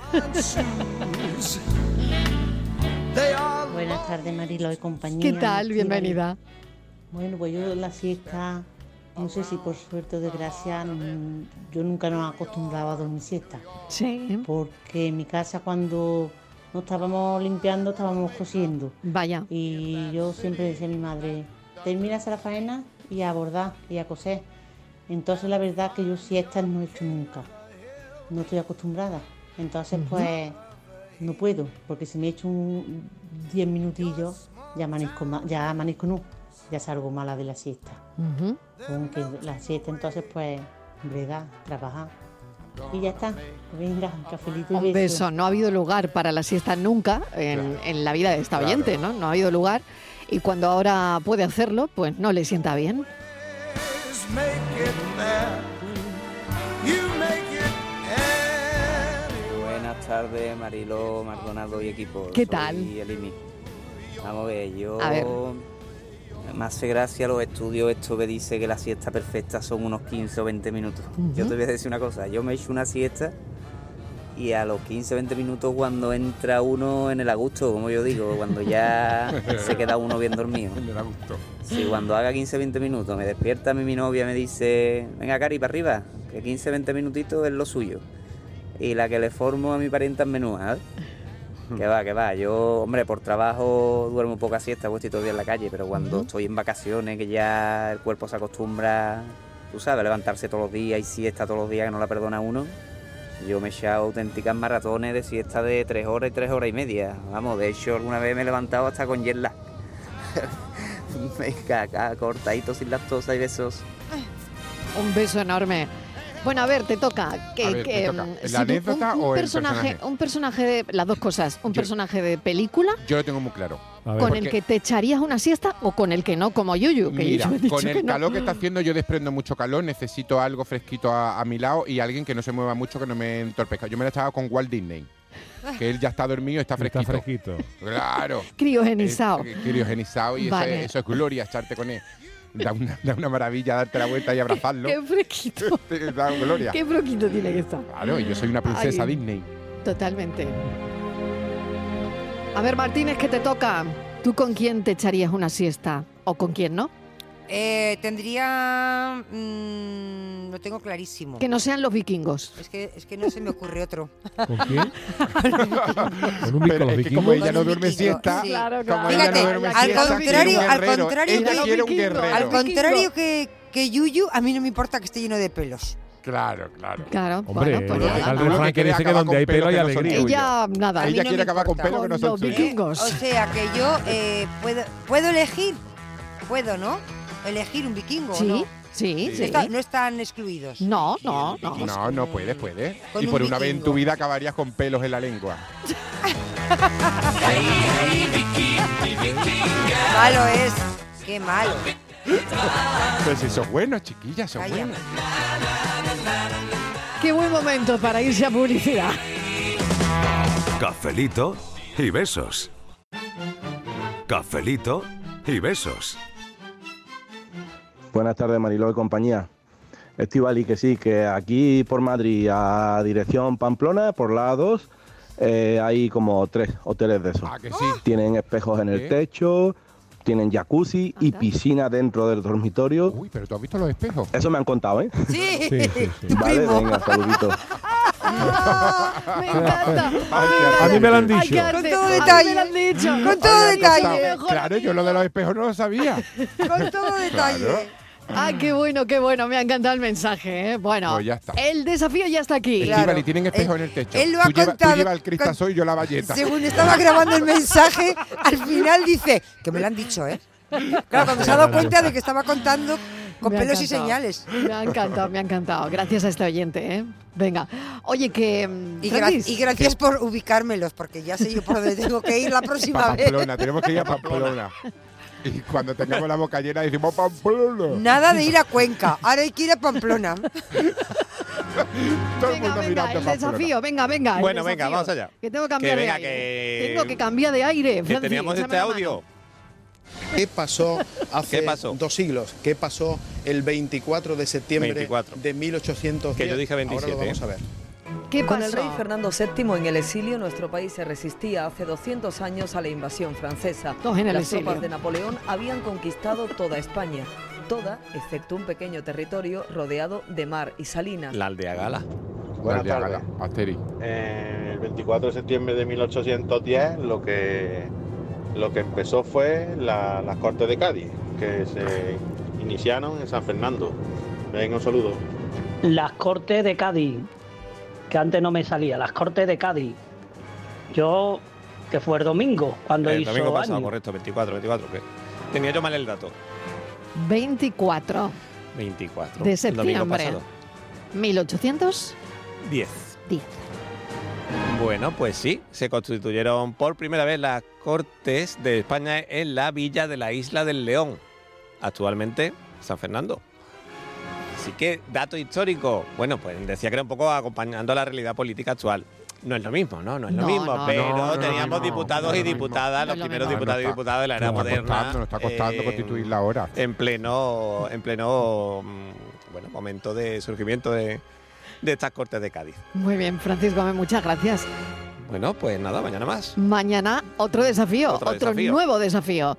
Speaker 23: Buenas tardes, Marilo y compañía.
Speaker 1: ¿Qué tal? Bienvenida.
Speaker 23: Bueno, pues yo la siesta, no sé si por suerte o desgracia, mm, yo nunca nos acostumbraba a dormir siesta.
Speaker 1: Sí.
Speaker 23: Porque en mi casa cuando No estábamos limpiando, estábamos cosiendo.
Speaker 1: Vaya.
Speaker 23: Y yo siempre decía a mi madre, terminas la faena y a bordar y a coser. Entonces la verdad que yo siestas no he hecho nunca. No estoy acostumbrada. Entonces
Speaker 2: Ujú.
Speaker 23: pues no puedo, porque si me echo un 10 minutillos ya amanezco, ma- ya amanezco no, ya salgo mala de la siesta.
Speaker 1: Ujú.
Speaker 23: Aunque la siesta entonces pues bregar, trabajar. Y ya está. Venga, cafelito y
Speaker 1: Un beso. No ha habido lugar para la siesta nunca en, en la vida de esta
Speaker 23: Claro.
Speaker 1: oyente, ¿no? No ha habido lugar. Y cuando ahora puede hacerlo, pues no le sienta bien.
Speaker 17: Just make it there. You make it
Speaker 3: Buenas tardes, Marilo, Maldonado y equipo.
Speaker 1: ¿Qué
Speaker 3: Soy
Speaker 1: tal?
Speaker 3: Elimi. Vamos a ver, yo.
Speaker 1: A ver.
Speaker 3: Me hace gracia los estudios. Esto que dice que la siesta perfecta son unos 15 o 20 minutos. Yo te voy a decir una cosa. Yo me echo una siesta y a los 15 o 20 minutos, cuando entra uno en el agusto, como yo digo, cuando ya se queda uno bien dormido. En el agusto. Si cuando haga 15 o 20 minutos me despierta a mí mi novia me dice: Venga, Cari, para arriba, que 15 o 20 minutitos es lo suyo y la que le formo a mi parienta es menúa. ¿eh? Que va, que va. Yo, hombre, por trabajo duermo poca siesta, pues estoy todo el día en la calle, pero cuando
Speaker 4: Ujú.
Speaker 3: estoy en vacaciones, que ya el cuerpo se acostumbra, tú sabes, a levantarse todos los días y siesta todos los días, que no la perdona uno, yo me he echado auténticas maratones de siesta de tres horas y tres horas y media. Vamos, de hecho, alguna vez me he levantado hasta con jet lag. Venga, acá, cortadito sin lactosa y besos.
Speaker 1: Un beso enorme. Bueno, a ver, te toca. Que,
Speaker 3: A ver,
Speaker 1: que,
Speaker 3: me toca.
Speaker 1: mm,
Speaker 3: ¿La
Speaker 1: si tú-
Speaker 3: anécdota
Speaker 1: un, un
Speaker 3: o el
Speaker 6: personaje?
Speaker 1: Un personaje de. Las dos cosas. Un personaje de película
Speaker 6: Yo lo tengo muy claro.
Speaker 1: con el
Speaker 6: Porque-
Speaker 1: que te echarías una siesta o con el que no, como Yuyu. Que
Speaker 6: Mira,
Speaker 1: yo he dicho
Speaker 6: con el
Speaker 1: que no.
Speaker 6: calor que está haciendo yo desprendo mucho calor, necesito algo fresquito a, a mi lado y alguien que no se mueva mucho, que no me entorpezca. Yo me la estaba con Walt Disney, que él ya está dormido, está fresquito. Está fresquito. Claro.
Speaker 1: Criogenizado.
Speaker 6: Eh, criogenizado y eso
Speaker 1: Vale.
Speaker 6: es- eso, es gloria, echarte con él. Da una, da una maravilla darte la vuelta y abrazarlo.
Speaker 1: Qué fresquito.
Speaker 6: Te da Ah, gloria.
Speaker 1: Qué broquito tiene que estar.
Speaker 6: Claro, yo soy una princesa
Speaker 1: Ay.
Speaker 6: Disney.
Speaker 1: Totalmente. A ver, Martínez, que te toca. ¿Tú con quién te echarías una siesta? ¿O con quién no?
Speaker 8: Eh, tendría. Ah, mm, lo tengo clarísimo.
Speaker 1: Que no sean los vikingos.
Speaker 8: Es que, es que no se me ocurre otro.
Speaker 1: ¿Con quién?
Speaker 6: Con un Pero es que como ella no duerme
Speaker 8: vikingo,
Speaker 6: siesta,
Speaker 8: sí.
Speaker 6: como ella
Speaker 8: Fíjate,
Speaker 6: no duerme
Speaker 8: al
Speaker 6: siesta, quiere
Speaker 8: contrario,
Speaker 6: un
Speaker 8: al
Speaker 6: guerrero.
Speaker 8: contrario,
Speaker 6: Ella
Speaker 8: que-
Speaker 6: quiere un guerrero.
Speaker 8: al contrario que, que Yuyu, a mí no me importa que esté lleno de pelos.
Speaker 6: Claro, claro.
Speaker 1: Claro,
Speaker 7: Hombre,
Speaker 1: bueno, pues
Speaker 7: el
Speaker 1: nada.
Speaker 7: refrán que dice que donde hay pelo hay alegría.
Speaker 1: Ella, nada.
Speaker 6: Ella quiere acabar con pelos que no son
Speaker 1: los
Speaker 6: suyos.
Speaker 1: vikingos.
Speaker 8: O sea que yo eh, puedo, puedo elegir, puedo, ¿no? Elegir un vikingo,
Speaker 1: Sí,
Speaker 8: ¿no?
Speaker 1: sí,
Speaker 8: No,
Speaker 1: sí.
Speaker 8: está- no están excluidos.
Speaker 1: No, no, no.
Speaker 6: No, no puedes, puedes.
Speaker 8: Con
Speaker 6: Y
Speaker 8: un
Speaker 6: por una vez en
Speaker 8: vikingo.
Speaker 6: tu vida acabarías con pelos en la lengua.
Speaker 8: Malo es, qué malo.
Speaker 6: Pero Pues si sos bueno, chiquilla, sos
Speaker 8: Calla.
Speaker 6: bueno.
Speaker 1: Qué buen momento para irse a publicidad.
Speaker 13: Cafelito y besos. Cafelito y besos.
Speaker 24: Buenas tardes, Mariló y compañía. Estivali, que sí, que aquí por Madrid, a dirección Pamplona, por la A2, eh, hay como tres hoteles de esos.
Speaker 6: Ah,
Speaker 24: Tienen espejos en el
Speaker 6: ¿Eh?
Speaker 24: techo, tienen jacuzzi y piscina dentro del dormitorio. Uy,
Speaker 6: pero tú has visto los espejos.
Speaker 24: Eso me han contado, ¿eh?
Speaker 8: Sí,
Speaker 24: sí, Vale,
Speaker 8: Primo.
Speaker 24: venga, saluditos.
Speaker 1: Ah, Me encanta.
Speaker 24: A mí me lo han
Speaker 1: Ay,
Speaker 24: dicho.
Speaker 1: qué arte.
Speaker 24: Con
Speaker 8: todo
Speaker 1: A mí
Speaker 8: detalle.
Speaker 1: Me lo han dicho.
Speaker 8: Con todo
Speaker 1: Ay,
Speaker 8: detalle.
Speaker 1: qué
Speaker 8: Está-
Speaker 1: mejor.
Speaker 6: Claro, yo lo de los espejos no lo sabía.
Speaker 8: Con todo detalle.
Speaker 6: Claro.
Speaker 1: Ah, qué bueno, qué bueno. Me ha encantado el mensaje. ¿eh? Bueno,
Speaker 6: Pues ya está.
Speaker 1: el desafío ya está aquí.
Speaker 6: Estivali, tienen espejos en el techo.
Speaker 1: él lo ha
Speaker 6: tú lleva-
Speaker 1: contado
Speaker 6: Tú llevas el cristazo y yo la valleta.
Speaker 8: Según estaba grabando el mensaje, al final dice, que me lo han dicho, ¿eh? Claro, cuando se ha dado cuenta de que estaba contando con
Speaker 1: Me ha
Speaker 8: pelos y
Speaker 1: encantado.
Speaker 8: señales.
Speaker 1: Me ha encantado, me ha encantado. Gracias a este oyente, ¿eh? Venga. Oye, que... mm,
Speaker 8: Y, gra-
Speaker 1: Francis.
Speaker 8: y gracias por ubicármelos, porque ya sé yo por dónde tengo que ir la próxima
Speaker 6: Pa'
Speaker 8: vez.
Speaker 6: Pamplona, tenemos que ir a Pamplona. Y cuando tengamos la boca llena decimos Pamplona.
Speaker 8: Nada de ir a Cuenca, ahora hay que ir a Pamplona.
Speaker 6: Todo el mundo
Speaker 1: Venga,
Speaker 6: mirando
Speaker 1: el
Speaker 6: a Pamplona.
Speaker 1: desafío, venga, venga. el
Speaker 14: Bueno, venga,
Speaker 1: desafío.
Speaker 14: vamos allá.
Speaker 1: Que tengo que
Speaker 14: Que
Speaker 1: cambiar
Speaker 14: venga,
Speaker 1: de aire.
Speaker 14: que-
Speaker 1: Tengo que cambiar de aire,
Speaker 14: Que
Speaker 1: Francis,
Speaker 14: teníamos
Speaker 1: échame
Speaker 14: este
Speaker 1: la mano.
Speaker 14: audio.
Speaker 15: ¿Qué pasó hace dos siglos? ¿Qué pasó el 24 de septiembre
Speaker 14: 24.
Speaker 15: de 1810?
Speaker 14: Que yo dije 27,
Speaker 15: Ahora lo vamos
Speaker 14: ¿eh?
Speaker 15: a ver.
Speaker 16: Con el
Speaker 15: pasó?
Speaker 16: rey Fernando VII en el exilio, nuestro país se resistía hace 200 años a la invasión francesa.
Speaker 1: Todos en el
Speaker 16: Las
Speaker 1: exilio.
Speaker 16: tropas de Napoleón habían conquistado toda España, toda excepto un pequeño territorio rodeado de mar y salinas.
Speaker 14: La aldea gala.
Speaker 6: Buenas
Speaker 2: Buenas
Speaker 6: tardes,
Speaker 2: tardes.
Speaker 6: Asteri.
Speaker 2: Eh, el 24 de septiembre de 1810 lo que, lo que empezó fue la- las Cortes de Cádiz, que se iniciaron en San Fernando. Venga, un saludo.
Speaker 4: Las Cortes de Cádiz, que antes no me salía, las Cortes de Cádiz. Yo, que fue el domingo, cuando
Speaker 14: El
Speaker 4: hizo
Speaker 14: domingo pasado,
Speaker 4: años.
Speaker 14: correcto, 24, 24. que Tenía yo mal el dato.
Speaker 1: 24
Speaker 14: 24.
Speaker 1: de
Speaker 14: el domingo
Speaker 1: septiembre.
Speaker 14: pasado.
Speaker 1: 1810.
Speaker 14: 10. Bueno, pues sí, se constituyeron por primera vez las Cortes de España en la villa de la Isla del León, actualmente San Fernando. Así que, dato histórico. Bueno, pues decía que era un poco acompañando la realidad política actual. No es lo mismo, ¿no? No es lo
Speaker 6: No,
Speaker 14: mismo,
Speaker 6: no,
Speaker 14: pero
Speaker 6: no, no, no,
Speaker 14: teníamos
Speaker 6: no,
Speaker 14: diputados
Speaker 6: no
Speaker 14: y
Speaker 6: es lo mismo.
Speaker 14: diputadas,
Speaker 6: No
Speaker 14: los
Speaker 6: es lo
Speaker 14: primeros
Speaker 6: mismo.
Speaker 14: diputados
Speaker 6: No,
Speaker 14: y
Speaker 6: no está-
Speaker 14: diputadas de la
Speaker 6: nos
Speaker 14: era
Speaker 6: está
Speaker 14: moderna.
Speaker 6: costando, nos está costando constituir la hora.
Speaker 14: En pleno, en pleno mm, bueno, momento de surgimiento de, de estas Cortes de Cádiz.
Speaker 1: Muy bien, Francisco, muchas gracias.
Speaker 14: Bueno, pues nada, mañana más.
Speaker 1: Mañana otro desafío,
Speaker 14: Otro
Speaker 1: otro,
Speaker 14: desafío.
Speaker 1: nuevo desafío.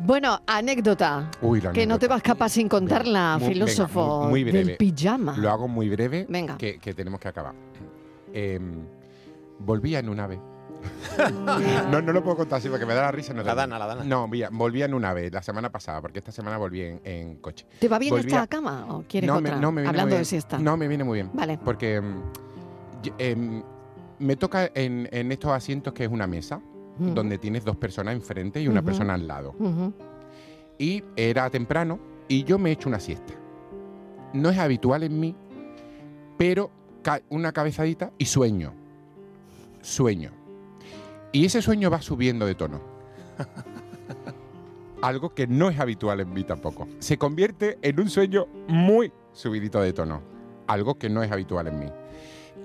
Speaker 1: Bueno, anécdota.
Speaker 6: Uy, la
Speaker 1: que no te vas capaz sin contarla,
Speaker 6: Muy- venga,
Speaker 1: filósofo
Speaker 6: muy- muy breve.
Speaker 1: del pijama.
Speaker 6: Lo hago muy breve,
Speaker 1: Venga.
Speaker 6: Que, que tenemos que acabar. Em, volvía en un ave. no, no lo puedo contar así porque me da la risa. No
Speaker 14: La
Speaker 6: da-
Speaker 14: dana, la dana.
Speaker 6: No, mira, volvía en un ave la semana pasada, porque esta semana volví en, en coche.
Speaker 1: ¿Te va bien
Speaker 6: Volvía-
Speaker 1: esta cama o quieres
Speaker 6: no, me-
Speaker 1: otra?
Speaker 6: no, me viene muy
Speaker 1: Hablando
Speaker 6: bien.
Speaker 1: de siesta.
Speaker 6: No, me viene muy bien.
Speaker 1: Vale.
Speaker 6: Porque mm, yo- em, me toca en, en estos asientos que es una mesa
Speaker 1: Ujú.
Speaker 6: donde tienes dos personas enfrente y una
Speaker 1: Ujú.
Speaker 6: persona al lado.
Speaker 1: Ujú.
Speaker 6: Y era temprano y yo me he hecho una siesta. No es habitual en mí, pero ca- una cabezadita y sueño. Sueño. Y ese sueño va subiendo de tono. Algo que no es habitual en mí tampoco. Se convierte en un sueño muy subidito de tono. Algo que no es habitual en mí.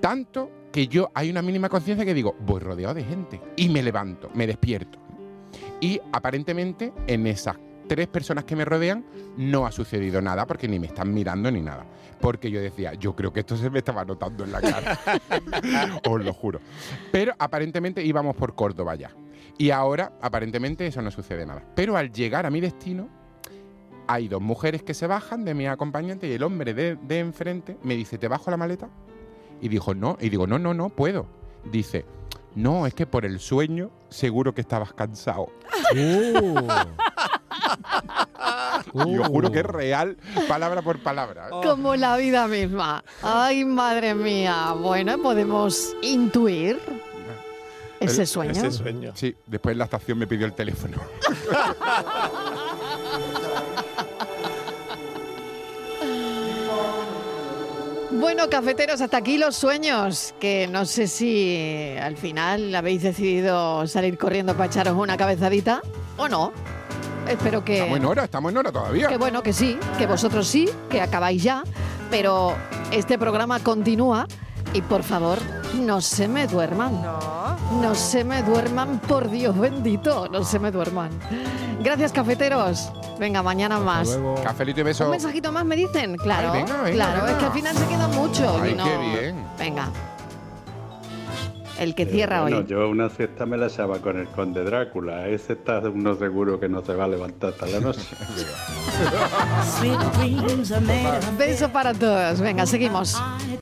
Speaker 6: Tanto que yo hay una mínima conciencia que digo, voy rodeado de gente. Y me levanto, me despierto. Y aparentemente en esas tres personas que me rodean no ha sucedido nada porque ni me están mirando ni nada. Porque yo decía, yo creo que esto se me estaba notando en la cara. Os lo juro. Pero aparentemente íbamos por Córdoba ya. Y ahora aparentemente eso no sucede nada. Pero al llegar a mi destino, hay dos mujeres que se bajan de mi acompañante y el hombre de, de enfrente me dice, ¿te bajo la maleta? Y dijo, no. Y digo, no, no, no, puedo. Dice, no, es que por el sueño seguro que estabas cansado. Yo juro que es real, palabra por palabra. ¿eh?
Speaker 1: Como la vida misma. Ay, madre mía. Bueno, podemos intuir ese
Speaker 6: El-
Speaker 1: sueño.
Speaker 6: Sí, después en la estación me pidió el teléfono. Ah,
Speaker 1: Bueno, cafeteros, hasta aquí los sueños, que no sé si al final habéis decidido salir corriendo para echaros una cabezadita o no. Espero que...
Speaker 6: Estamos en hora, estamos en hora todavía.
Speaker 1: Que bueno, que sí, que vosotros sí, que acabáis ya, pero este programa continúa y por favor, no se me duerman. No. No se me duerman, por Dios bendito, no se me duerman. Gracias, cafeteros. Venga, mañana más.
Speaker 6: Cafelito y beso.
Speaker 1: Un mensajito más me dicen, claro,
Speaker 6: Ay, venga, venga,
Speaker 1: claro,
Speaker 6: venga.
Speaker 1: es que al final se quedan muchos. y
Speaker 10: Ay,
Speaker 1: no-
Speaker 10: qué bien.
Speaker 1: Venga. El que cierra
Speaker 10: Eh, Bueno,
Speaker 1: hoy.
Speaker 10: yo una siesta me la echaba con el conde Drácula. Ese está uno seguro que no se va a levantar hasta la noche.
Speaker 5: Sweet dreams are made of
Speaker 1: Beso para todos. Venga, seguimos.